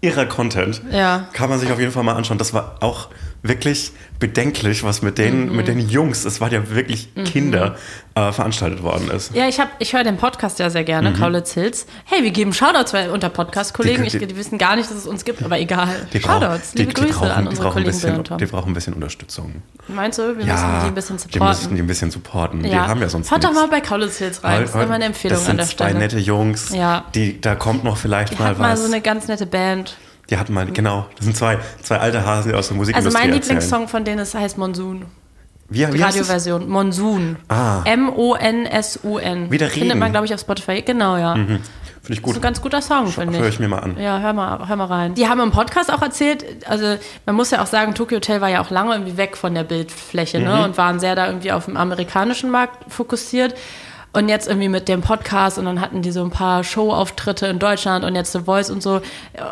S7: irrer Content.
S1: Oh Ja.
S7: Kann man sich auf jeden Fall mal anschauen. Das war auch wirklich bedenklich, was mit
S1: Mhm.
S7: den, mit den Jungs, es waren ja wirklich Kinder, äh, veranstaltet worden ist.
S1: Ja, ich, hab- ich höre den Podcast ja sehr gerne, Kaulitz Hills. Hey, wir geben Shoutouts weil- unter Podcast-Kollegen.
S7: Mhm. Die-
S1: Ich-
S7: die-
S1: Die wissen gar nicht, dass es uns gibt, aber egal.
S7: Die brauchen-
S1: Shoutouts, liebe
S7: die, die
S1: Grüße
S7: brauchen,
S1: an
S7: die
S1: unsere
S7: brauchen ein
S1: Kollegen
S7: bisschen,
S1: unter.
S7: Die brauchen ein bisschen Unterstützung.
S1: Meinst du, wir müssen die ein bisschen
S7: Ah, die müssen
S1: supporten?
S7: die ein bisschen supporten. Die
S1: Ja.
S7: haben ja sonst
S1: Hört doch
S7: nichts.
S1: mal bei Kaulitz Hills rein. Das ist immer eine Empfehlung
S7: das sind
S1: an der
S7: zwei
S1: Stelle.
S7: nette Jungs.
S1: Ja.
S7: Die, da kommt noch vielleicht
S1: die
S7: mal
S1: hat
S7: was.
S1: mal so eine ganz nette Band.
S7: die hat mal, genau. Das sind zwei, zwei alte Hasen, die aus der
S1: Also
S7: Musikindustrie
S1: mein
S7: erzählen.
S1: Lieblingssong von denen ist, heißt Monsoon.
S7: Wie, wie heißt es?
S1: Radioversion. Monsoon.
S7: Ah.
S1: M-O-N-S-U-N.
S7: Wie der Regen.
S1: Findet man, glaube ich, auf Spotify. Genau, ja.
S7: Mhm. Finde ich
S1: Das ist
S7: gut.
S1: ein ganz guter Song, finde ich.
S7: Hör ich mir mal an.
S1: Ja, hör mal, hör mal rein. Die haben im Podcast auch erzählt, also man muss ja auch sagen, Tokyo Hotel war ja auch lange irgendwie weg von der Bildfläche
S7: Mhm.
S1: ne? und waren sehr da irgendwie auf dem amerikanischen Markt fokussiert. Und jetzt irgendwie mit dem Podcast und dann hatten die so ein paar Showauftritte in Deutschland und jetzt The Voice und so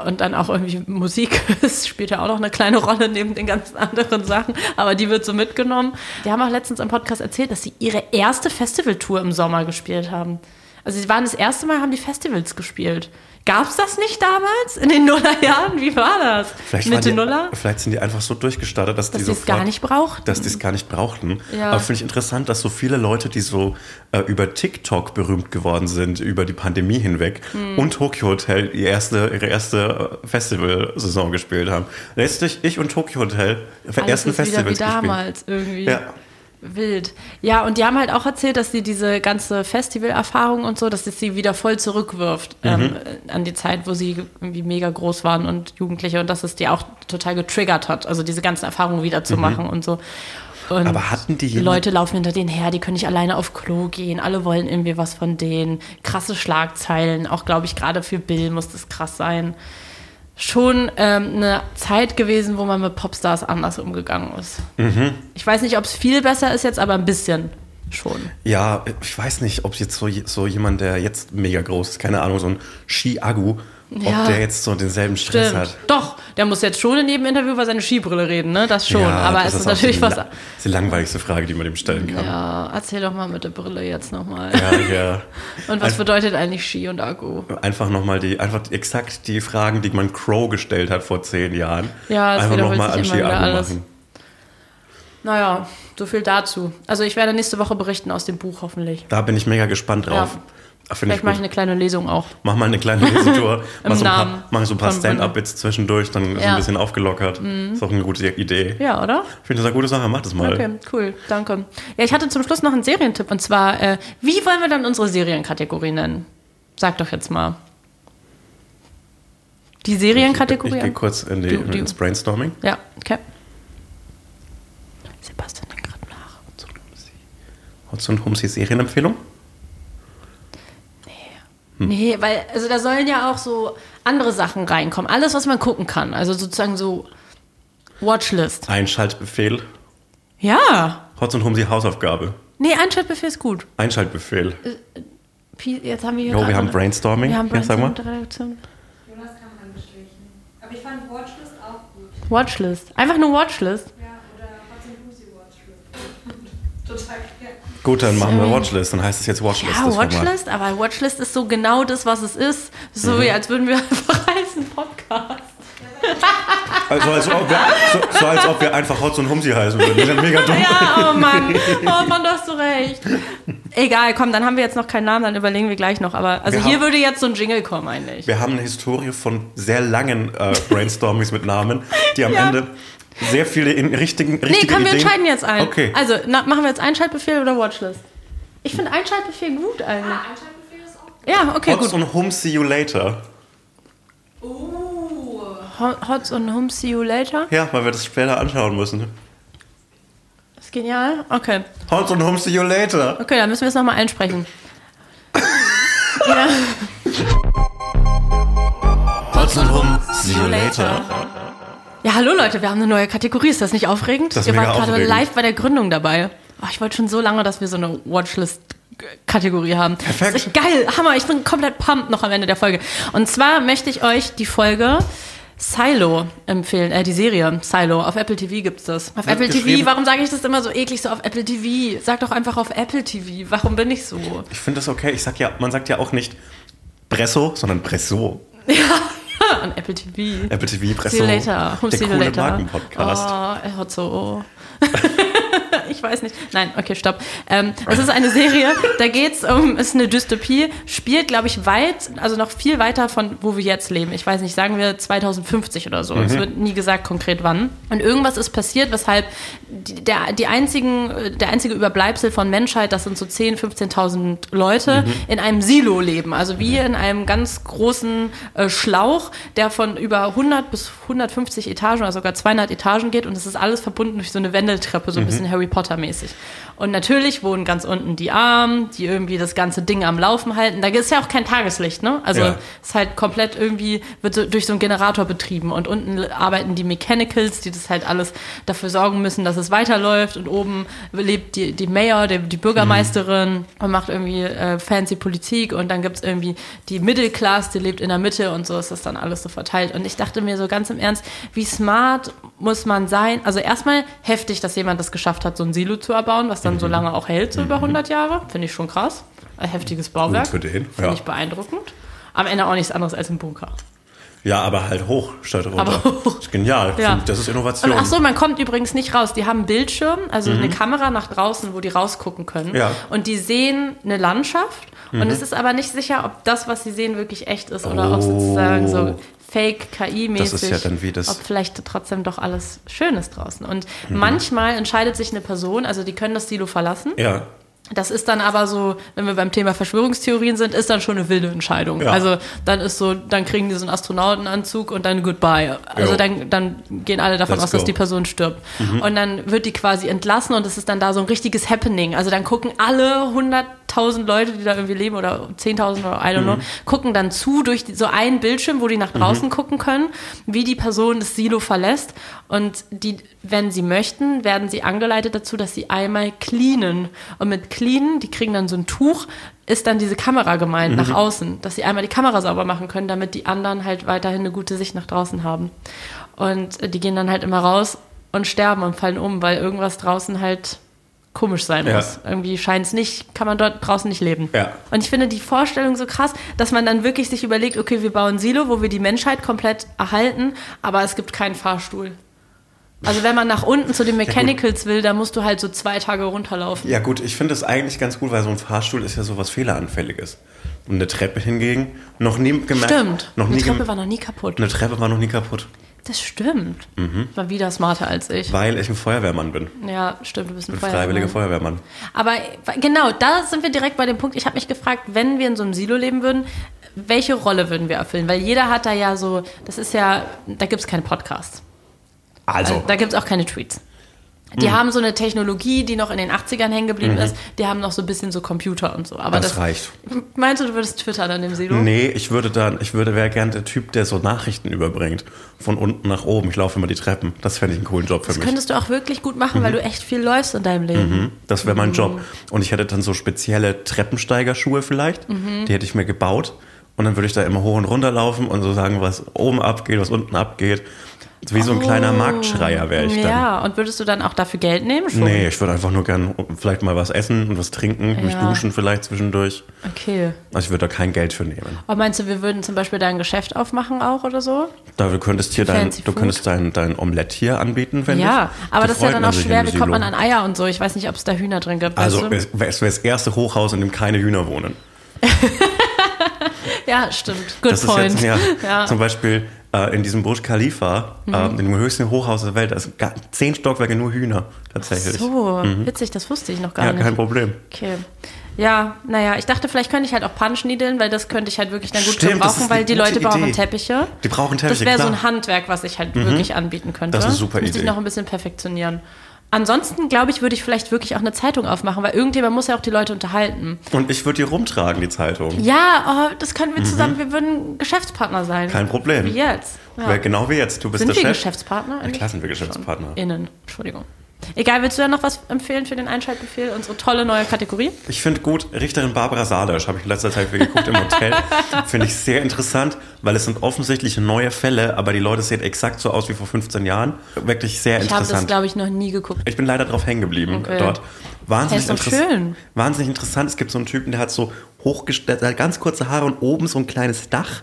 S1: und dann auch irgendwie Musik. Das spielt ja auch noch eine kleine Rolle neben den ganzen anderen Sachen, aber die wird so mitgenommen. Die haben auch letztens im Podcast erzählt, dass sie ihre erste Festivaltour im Sommer gespielt haben. Also sie waren das erste Mal, haben die Festivals gespielt. Gab's das nicht damals? In den Nullerjahren? Wie war das?
S7: Vielleicht, waren
S1: Mitte
S7: die,
S1: Nuller?
S7: vielleicht sind die einfach so durchgestartet, dass,
S1: Dass
S7: die
S1: die es
S7: sofort,
S1: gar nicht brauchten.
S7: Dass die es gar nicht brauchten.
S1: Ja.
S7: Aber finde ich interessant, dass so viele Leute, die so äh, über TikTok berühmt geworden sind, über die Pandemie hinweg
S1: Hm.
S7: und Tokyo Hotel die erste, ihre erste äh, Festivalsaison gespielt haben. Letztlich ich und Tokyo Hotel äh, für
S1: Alles
S7: ersten
S1: ist wieder wie
S7: Festivals gespielt.
S1: damals irgendwie.
S7: Ja.
S1: Wild. Ja, und die haben halt auch erzählt, dass sie diese ganze Festivalerfahrung und so, dass es sie wieder voll zurückwirft
S7: Mhm.
S1: ähm, an die Zeit, wo sie irgendwie mega groß waren und Jugendliche und dass es die auch total getriggert hat, also diese ganzen Erfahrungen wieder
S7: Mhm.
S1: zu machen und so. Und
S7: Aber hatten die
S1: Die
S7: jemand-
S1: Leute laufen hinter denen her, die können nicht alleine auf Klo gehen, alle wollen irgendwie was von denen. Krasse Schlagzeilen, auch glaube ich, gerade für Bill muss das krass sein. Schon ähm, eine Zeit gewesen, wo man mit Popstars anders umgegangen ist.
S7: Mhm.
S1: Ich weiß nicht, ob es viel besser ist jetzt, aber ein bisschen schon.
S7: Ja, ich weiß nicht, ob jetzt so, so jemand, der jetzt mega groß ist, keine Ahnung, so ein Shi-Agu
S1: Ja.
S7: ob der jetzt so denselben Stress hat.
S1: Doch, der muss jetzt schon in jedem Interview über seine Skibrille reden, ne? Das schon. Aber es ist,
S7: auch
S1: natürlich
S7: die,
S1: was.
S7: la- ist die langweiligste Frage, die man dem stellen kann.
S1: Ja, erzähl doch mal mit der Brille jetzt nochmal.
S7: Ja,
S1: Und was
S7: Ein-
S1: bedeutet eigentlich Ski und Akku?
S7: ja. Einfach nochmal die, einfach exakt die Fragen, die man Crow gestellt hat vor zehn Jahren.
S1: Ja, es
S7: einfach
S1: wiederholt
S7: nochmal
S1: sich
S7: an
S1: immer wieder
S7: Shiago
S1: alles.
S7: machen.
S1: Naja, so viel dazu. Also ich werde nächste Woche berichten aus dem Buch hoffentlich.
S7: Da bin ich mega gespannt drauf.
S1: Ja.
S7: Ja. Find ich
S1: Vielleicht mache ich
S7: gut.
S1: eine kleine Lesung auch.
S7: Mach mal eine kleine Lesetour.
S1: Im
S7: mach, so ein
S1: Namen
S7: paar, mach so ein paar
S1: von
S7: Stand-Up-Bits zwischendurch, dann ist
S1: Ja.
S7: ein bisschen aufgelockert. Ist auch eine gute Idee.
S1: Ja, oder?
S7: Ich finde das eine gute Sache, mach das mal.
S1: Okay, cool, danke. Ja, ich hatte zum Schluss noch einen Serientipp und zwar, äh, wie wollen wir dann unsere Serienkategorie nennen? Sag doch jetzt mal. Die
S7: Ich,
S1: Serienkategorie?
S7: ich gehe kurz in die,
S1: Du- du-
S7: ins Brainstorming.
S1: ja, okay. Sebastian denkt gerade nach.
S7: Hotz und Humsi Serienempfehlung?
S1: Nee, weil, also da sollen ja auch so andere Sachen reinkommen. Alles, was man gucken kann. Also sozusagen so Watchlist.
S7: Einschaltbefehl.
S1: Ja.
S7: Hotz und Humsi Hausaufgabe.
S1: Nee, Einschaltbefehl ist gut.
S7: Einschaltbefehl.
S1: Äh, Pi- Jetzt haben wir hier
S7: Jo, wir
S1: gerade-
S7: haben Brainstorming.
S1: Wir haben
S7: Ja, sag
S1: Brainstorming.
S7: mal.
S1: mit der Redaktion.
S8: Jonas kam angestrichen. Aber ich fand Watchlist auch gut.
S1: Watchlist. Einfach eine Watchlist.
S8: Ja, oder Hot and Lucy Watchlist. Total gerne.
S7: Gut, dann machen wir Watchlist. Dann heißt es jetzt Watchlist.
S1: Ja,
S7: das Format.
S1: Watchlist, aber Watchlist ist so genau das, was es ist. So
S7: Mhm.
S1: wie als würden wir einfach heißen Podcast.
S7: Also, als ob wir, so, so als ob wir einfach Hotz und Humsi heißen würden. Das ist ja mega dumm.
S1: Ja, oh Mann. Oh Mann, da hast du recht. Egal, komm, dann haben wir jetzt noch keinen Namen, dann überlegen wir gleich noch. Aber also
S7: Wir
S1: hier
S7: haben-
S1: würde jetzt so ein Jingle kommen eigentlich.
S7: Wir haben eine Historie von sehr langen äh, Brainstormings mit Namen, die am
S1: Ja.
S7: Ende sehr viele in richtigen, richtige
S1: Nee, komm, wir
S7: Ideen...
S1: entscheiden jetzt ein.
S7: Okay.
S1: Also, na, machen wir jetzt Einschaltbefehl oder Watchlist? Ich finde Einschaltbefehl gut eigentlich.
S8: Ah, Einschaltbefehl ist auch gut.
S1: Ja, okay, gut.
S7: Hotz und Hum, see you later.
S8: Oh.
S1: Ho- Hotz und Hum, see you later.
S7: Ja, weil wir das später anschauen müssen.
S1: Ist genial. Okay.
S7: Hotz und Hum, see you later.
S1: Okay, dann müssen wir es nochmal einsprechen.
S7: Hotz und Hum, see you later.
S1: Ja, hallo Leute, wir haben eine neue Kategorie. Ist das nicht aufregend?
S7: Das ist
S1: Ihr wart
S7: mega
S1: gerade
S7: aufregend.
S1: live bei der Gründung dabei. Oh, ich wollte schon so lange, dass wir so eine Watchlist. Kategorie haben.
S7: Perfekt.
S1: Das ist geil, Hammer, ich bin komplett pumped noch am Ende der Folge. Und zwar möchte ich euch die Folge Silo empfehlen, äh, die Serie Silo. Auf Apple TV gibt's das. Auf Apple TV,
S7: geschrieben-
S1: warum sage ich das immer so eklig so auf Apple TV? Sag doch einfach auf Apple TV, warum bin ich so?
S7: Ich finde das okay. Ich sag ja, man sagt ja auch nicht Presso, sondern Presso.
S1: An Apple TV.
S7: Apple TV Presso.
S1: See you later. Home
S7: Der
S1: see you
S7: coole
S1: later.
S7: Markenpodcast.
S1: Oh, er hat so. ich weiß nicht. Nein, okay, stopp. Ähm, es ist eine Serie, da geht's um, es ist eine Dystopie, spielt, glaube ich, weit, also noch viel weiter von, wo wir jetzt leben. Ich weiß nicht, sagen wir 2050 oder so. Es wird nie gesagt konkret wann. Und irgendwas ist passiert, weshalb die, der, die einzigen, der einzige Überbleibsel von Menschheit, das sind so 10.000, 15.000 Leute, in einem Silo leben. Also wie in einem ganz großen äh, Schlauch, der von über 100 bis 150 Etagen oder sogar 200 Etagen geht und es ist alles verbunden durch so eine Wendeltreppe, so ein bisschen Harry Potter mäßig. Und natürlich wohnen ganz unten die Armen, die irgendwie das ganze Ding am Laufen halten. Da ist ja auch kein Tageslicht, ne? Also
S7: Ja.
S1: ist halt komplett irgendwie, wird so durch so einen Generator betrieben und unten arbeiten die Mechanicals, die das halt alles dafür sorgen müssen, dass es weiterläuft und oben lebt die, die Mayor, die, die Bürgermeisterin und macht irgendwie äh, fancy Politik und dann gibt's irgendwie die Middle Class, die lebt in der Mitte und so ist das dann alles so verteilt und ich dachte mir so ganz im Ernst, wie smart muss man sein, also erstmal heftig, dass jemand das geschafft hat, so ein Silo zu erbauen, was dann so lange auch hält, so über 100 Jahre, finde ich schon krass. Ein heftiges Bauwerk.
S7: für den,
S1: Finde
S7: ja.
S1: ich beeindruckend. Am Ende auch nichts anderes als ein Bunker.
S7: Ja, aber halt hoch statt runter.
S1: Aber hoch.
S7: Ist genial.
S1: Ja.
S7: Das ist
S1: Und
S7: Innovation. Mhm.
S1: ach so, man kommt übrigens nicht raus. Die haben einen Bildschirm, also eine Kamera nach draußen, wo die rausgucken können.
S7: Ja. Mhm.
S1: Und die sehen eine Landschaft. Und es ist aber nicht sicher, ob das, was sie sehen, wirklich echt ist oder ob es
S7: Oh.
S1: sozusagen so fake KI-mäßig.
S7: Das ist ja dann wie das- Mhm.
S1: Ob vielleicht trotzdem doch alles schön ist draußen. Und manchmal entscheidet sich eine Person, also die können das Silo verlassen.
S7: Ja.
S1: Das ist dann aber so, wenn wir beim Thema Verschwörungstheorien sind, ist dann schon eine wilde Entscheidung.
S7: Ja.
S1: Also dann ist so, dann kriegen die so einen Astronautenanzug und dann goodbye. Also
S7: Jo.
S1: dann, dann gehen alle davon
S7: Let's
S1: aus, dass
S7: go. Mhm.
S1: die Person stirbt. Und dann wird die quasi entlassen und es ist dann da so ein richtiges Happening. Also dann gucken alle 100 tausend Leute, die da irgendwie leben oder 10.000 oder I don't
S7: Mhm.
S1: know, gucken dann zu durch die, so einen Bildschirm, wo die nach draußen gucken können, wie die Person das Silo verlässt. Und die, wenn sie möchten, werden sie angeleitet dazu, dass sie einmal cleanen. Und mit cleanen, die kriegen dann so ein Tuch, ist dann diese Kamera gemeint
S7: Mhm.
S1: nach außen, dass sie einmal die Kamera sauber machen können, damit die anderen halt weiterhin eine gute Sicht nach draußen haben. Und äh, die gehen dann halt immer raus und sterben und fallen um, weil irgendwas draußen halt komisch sein
S7: Ja.
S1: muss. Irgendwie scheint es nicht, kann man dort draußen nicht leben.
S7: Ja.
S1: Und ich finde die Vorstellung so krass, dass man dann wirklich sich überlegt, okay, wir bauen Silo, wo wir die Menschheit komplett erhalten, aber es gibt keinen Fahrstuhl. Also wenn man nach unten zu den Mechanicals will, dann musst du halt so zwei Tage runterlaufen.
S7: Ja gut, ich finde es eigentlich ganz gut, weil so ein Fahrstuhl ist ja sowas Fehleranfälliges. Und eine Treppe hingegen noch nie gemerkt.
S1: Stimmt.
S7: Noch nie
S1: eine Treppe
S7: gem-
S1: war noch nie kaputt.
S7: eine Mhm. Treppe war noch nie kaputt,
S1: Das stimmt. War wieder smarter als ich.
S7: weil ich ein Feuerwehrmann bin.
S1: Ja, stimmt, du bist ein
S7: Ein freiwilliger
S1: Feuerwehrmann.
S7: Feuerwehrmann.
S1: Aber genau, da sind wir direkt bei dem Punkt. Ich habe mich gefragt, wenn wir in so einem Silo leben würden, welche Rolle würden wir erfüllen? Weil jeder hat da ja so, das ist ja, da gibt es keine Podcasts.
S7: Also,
S1: Da gibt es auch keine Tweets.
S7: Mhm.
S1: Die haben so eine Technologie, die noch in den 80ern hängen geblieben ist. Die haben noch so ein bisschen so Computer und so. Aber
S7: das,
S1: das,
S7: reicht.
S1: Meinst du, du würdest twittern in dem Silo?
S7: Nee, ich würde dann, ich würde wäre gern der Typ, der so Nachrichten überbringt. Von unten nach oben. Ich laufe immer die Treppen. Das fände ich einen coolen Job für
S1: Das
S7: mich.
S1: könntest du auch wirklich gut machen,
S7: Mhm.
S1: weil du echt viel läufst in deinem Leben.
S7: Das wäre
S1: Mhm.
S7: mein Job. Und ich hätte dann so spezielle Treppensteigerschuhe vielleicht.
S1: Mhm.
S7: Die hätte ich mir gebaut. Und dann würde ich da immer hoch und runter laufen und so sagen, was oben abgeht, was unten abgeht. Wie so ein kleiner Marktschreier wäre ich dann.
S1: Oh. Ja, und würdest du dann auch dafür Geld nehmen? Schon?
S7: Nee, ich würde einfach nur gern vielleicht mal was essen und was trinken, mich
S1: Ja.
S7: duschen vielleicht zwischendurch.
S1: Okay.
S7: Also ich würde da kein Geld für nehmen.
S1: Aber meinst du, wir würden zum Beispiel dein Geschäft aufmachen auch oder so?
S7: Da du könntest hier dein,
S1: Fancy
S7: du
S1: Food.
S7: könntest dein, dein Omelett hier anbieten, wenn
S1: Ja,
S7: ich.
S1: aber
S7: Da
S1: das ist ja
S7: freut
S1: dann
S7: man
S1: auch
S7: sich
S1: schwer.
S7: im
S1: Wie kommt man
S7: Silo.
S1: an Eier und so? Ich weiß nicht, ob es da Hühner drin gibt.
S7: Also
S1: weißt du?
S7: es wäre das erste Hochhaus, in dem keine Hühner wohnen.
S1: ja, stimmt. Good
S7: äh, Das
S1: point.
S7: ist jetzt, ja,
S1: Ja. Mhm.
S7: Zum Beispiel äh, in diesem Burj Khalifa, äh, in dem höchsten Hochhaus der Welt, da sind ga- zehn Stockwerke nur Hühner tatsächlich.
S1: So, witzig, das wusste ich noch gar
S7: Mhm. ja,
S1: nicht.
S7: kein Problem.
S1: Okay. Ja, naja, ich dachte, vielleicht könnte ich halt auch Punschniedeln, weil das könnte ich halt wirklich dann gut
S7: Stimmt, das ist
S1: gebrauchen, weil
S7: eine
S1: die
S7: gute
S1: Leute brauchen
S7: Idee.
S1: Teppiche.
S7: Die brauchen Teppiche,
S1: Das wäre so
S7: klar. Mhm.
S1: ein Handwerk, was ich halt wirklich anbieten könnte.
S7: Das ist eine super
S1: Müsste ich
S7: Idee.
S1: noch ein bisschen perfektionieren. Ansonsten, glaube ich, würde ich vielleicht wirklich auch eine Zeitung aufmachen, weil irgendjemand muss ja auch die Leute unterhalten.
S7: Und ich würde die rumtragen, die Zeitung.
S1: Ja, oh, das können wir zusammen, wir würden Geschäftspartner sein.
S7: Mhm. Kein Problem.
S1: Wie jetzt. Ja.
S7: Weil genau wie jetzt, du bist
S1: Sind
S7: der
S1: wir
S7: Chef.
S1: Geschäftspartner?
S7: Ja, klar sind wir
S1: eigentlich?
S7: Geschäftspartner.
S1: Schon. Innen, Entschuldigung. Egal, willst du da noch was empfehlen für den Einschaltbefehl? Unsere tolle neue Kategorie?
S7: Ich finde gut, Richterin Barbara Salisch habe ich in letzter Zeit viel geguckt im Hotel. finde ich sehr interessant, weil es sind offensichtlich neue Fälle, aber die Leute sehen exakt so aus wie vor 15 Jahren. Wirklich sehr
S1: Ich habe
S7: interessant.
S1: das, glaube ich, noch nie geguckt.
S7: Ich bin leider drauf hängen geblieben
S1: Okay.
S7: dort. Wahnsinnig,
S1: Ja, ist doch
S7: interess-
S1: schön.
S7: wahnsinnig interessant. Es gibt so einen Typen, der hat so hochgestellt, der hat ganz kurze Haare und oben so ein kleines Dach.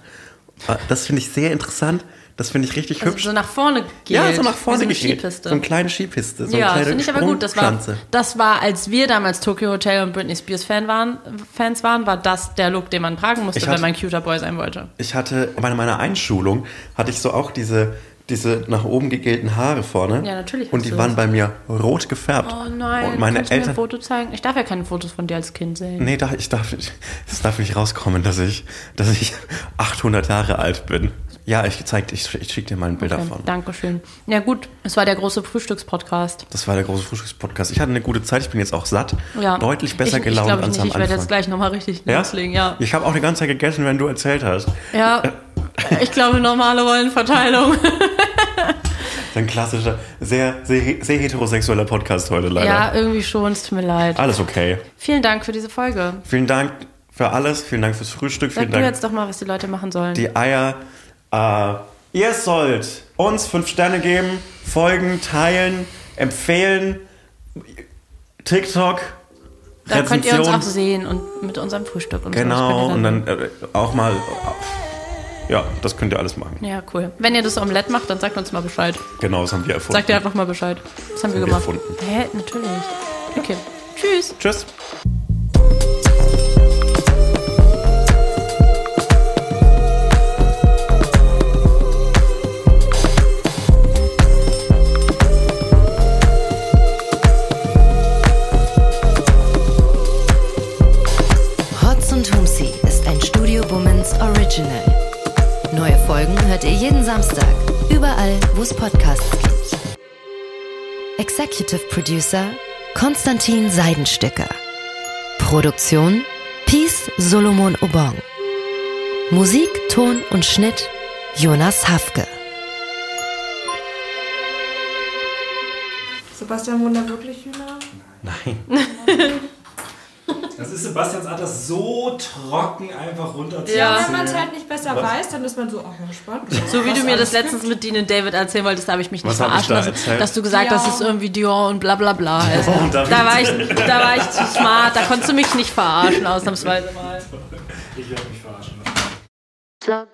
S7: Äh, Das finde ich sehr interessant. Das finde ich richtig
S1: Also
S7: hübsch.
S1: so nach vorne geht.
S7: ja, so nach vorne
S1: wie so eine
S7: geht.
S1: Skipiste.
S7: So eine kleine Skipiste. So
S1: ja, das
S7: eine kleine
S1: finde ich aber gut. Das war,
S7: Sprungpflanze.
S1: das war, als wir damals Tokyo Hotel und Britney Spears Fan waren, Fans waren, war das der Look, den man tragen musste,
S7: Ich
S1: wenn
S7: hatte-
S1: man cuter Boy sein wollte.
S7: Ich hatte bei meiner Einschulung hatte ich so auch diese, diese nach oben gegelten Haare vorne.
S1: Ja, natürlich hast
S7: Und die
S1: du
S7: waren
S1: das.
S7: bei mir rot gefärbt.
S1: Oh nein,
S7: Und meine
S1: kannst du mir ein
S7: Eltern.
S1: Foto zeigen? Ich darf ja keine Fotos von dir als Kind sehen.
S7: Nee, da, ich darf nicht, es darf nicht rauskommen, dass ich, dass ich 800 Jahre alt bin. Ja, ich zeig, ich, ich schicke dir mal ein Bild
S1: Okay,
S7: davon.
S1: Dankeschön. Ja gut, es war der große Frühstückspodcast.
S7: Das war der große Frühstückspodcast. Ich hatte eine gute Zeit, ich bin jetzt auch satt.
S1: Ja.
S7: Deutlich besser
S1: ich,
S7: gelaunt
S1: ich glaub,
S7: als
S1: ich
S7: am
S1: nicht. Ich werde
S7: Anfang.
S1: jetzt gleich nochmal richtig
S7: ja?
S1: loslegen, ja.
S7: Ich habe auch die ganze Zeit gegessen, wenn du erzählt hast.
S1: Ja, ich glaube, normale Rollenverteilung.
S7: So Ein klassischer, sehr, sehr, sehr heterosexueller Podcast heute leider.
S1: Ja, irgendwie schon, es tut mir leid.
S7: Alles okay.
S1: Vielen Dank für diese Folge.
S7: Vielen Dank für alles. Vielen Dank fürs Frühstück.
S1: Sag
S7: Vielen
S1: du
S7: Dank
S1: jetzt doch mal, was die Leute machen sollen.
S7: die Eier. Äh, ihr sollt uns fünf Sterne geben, folgen, teilen, empfehlen. TikTok.
S1: da könnt ihr uns
S7: Rezension.
S1: auch sehen und mit unserem Frühstück und so.
S7: Genau.
S1: Das
S7: Und
S1: könnt ihr
S7: dann äh, auch mal. Ja, das könnt ihr alles machen.
S1: Ja, cool. Wenn ihr das Omelett macht, dann sagt uns mal Bescheid.
S7: Genau, das haben wir erfunden.
S1: Sagt ihr einfach mal Bescheid. Das haben wir gemacht.
S7: erfunden.
S1: Hä? Natürlich. Okay. Tschüss.
S7: Tschüss.
S4: Hotz und Humsi ist ein Studio Bummens Original. Neue Folgen hört ihr jeden Samstag, überall, wo es Podcasts gibt. Executive Producer Konstantin Seidenstücker. Produktion Peace Solomon Obong. Musik, Ton und Schnitt Jonas Hafke.
S9: Sebastian Wunder wirklich Hühner?
S10: Das ist Sebastians Art, das so trocken einfach runterzuziehen.
S9: Ja,
S10: Ja.
S9: wenn man es halt nicht besser weiß, dann ist man so, oh, ach ja, spannend.
S1: So wie du mir das letztens mit Dean und David erzählen wolltest, da habe ich mich nicht
S3: Was hab ich
S1: verarschen
S3: da
S1: lassen.
S3: erzählt?
S1: Dass du gesagt hast,
S9: Ja.
S1: es ist irgendwie Dior und bla bla bla.
S7: Oh.
S1: Also,
S3: da hab
S1: da, war ich, da war ich zu smart, da konntest du mich nicht verarschen, ausnahmsweise mal.
S10: Ich werde mich verarschen.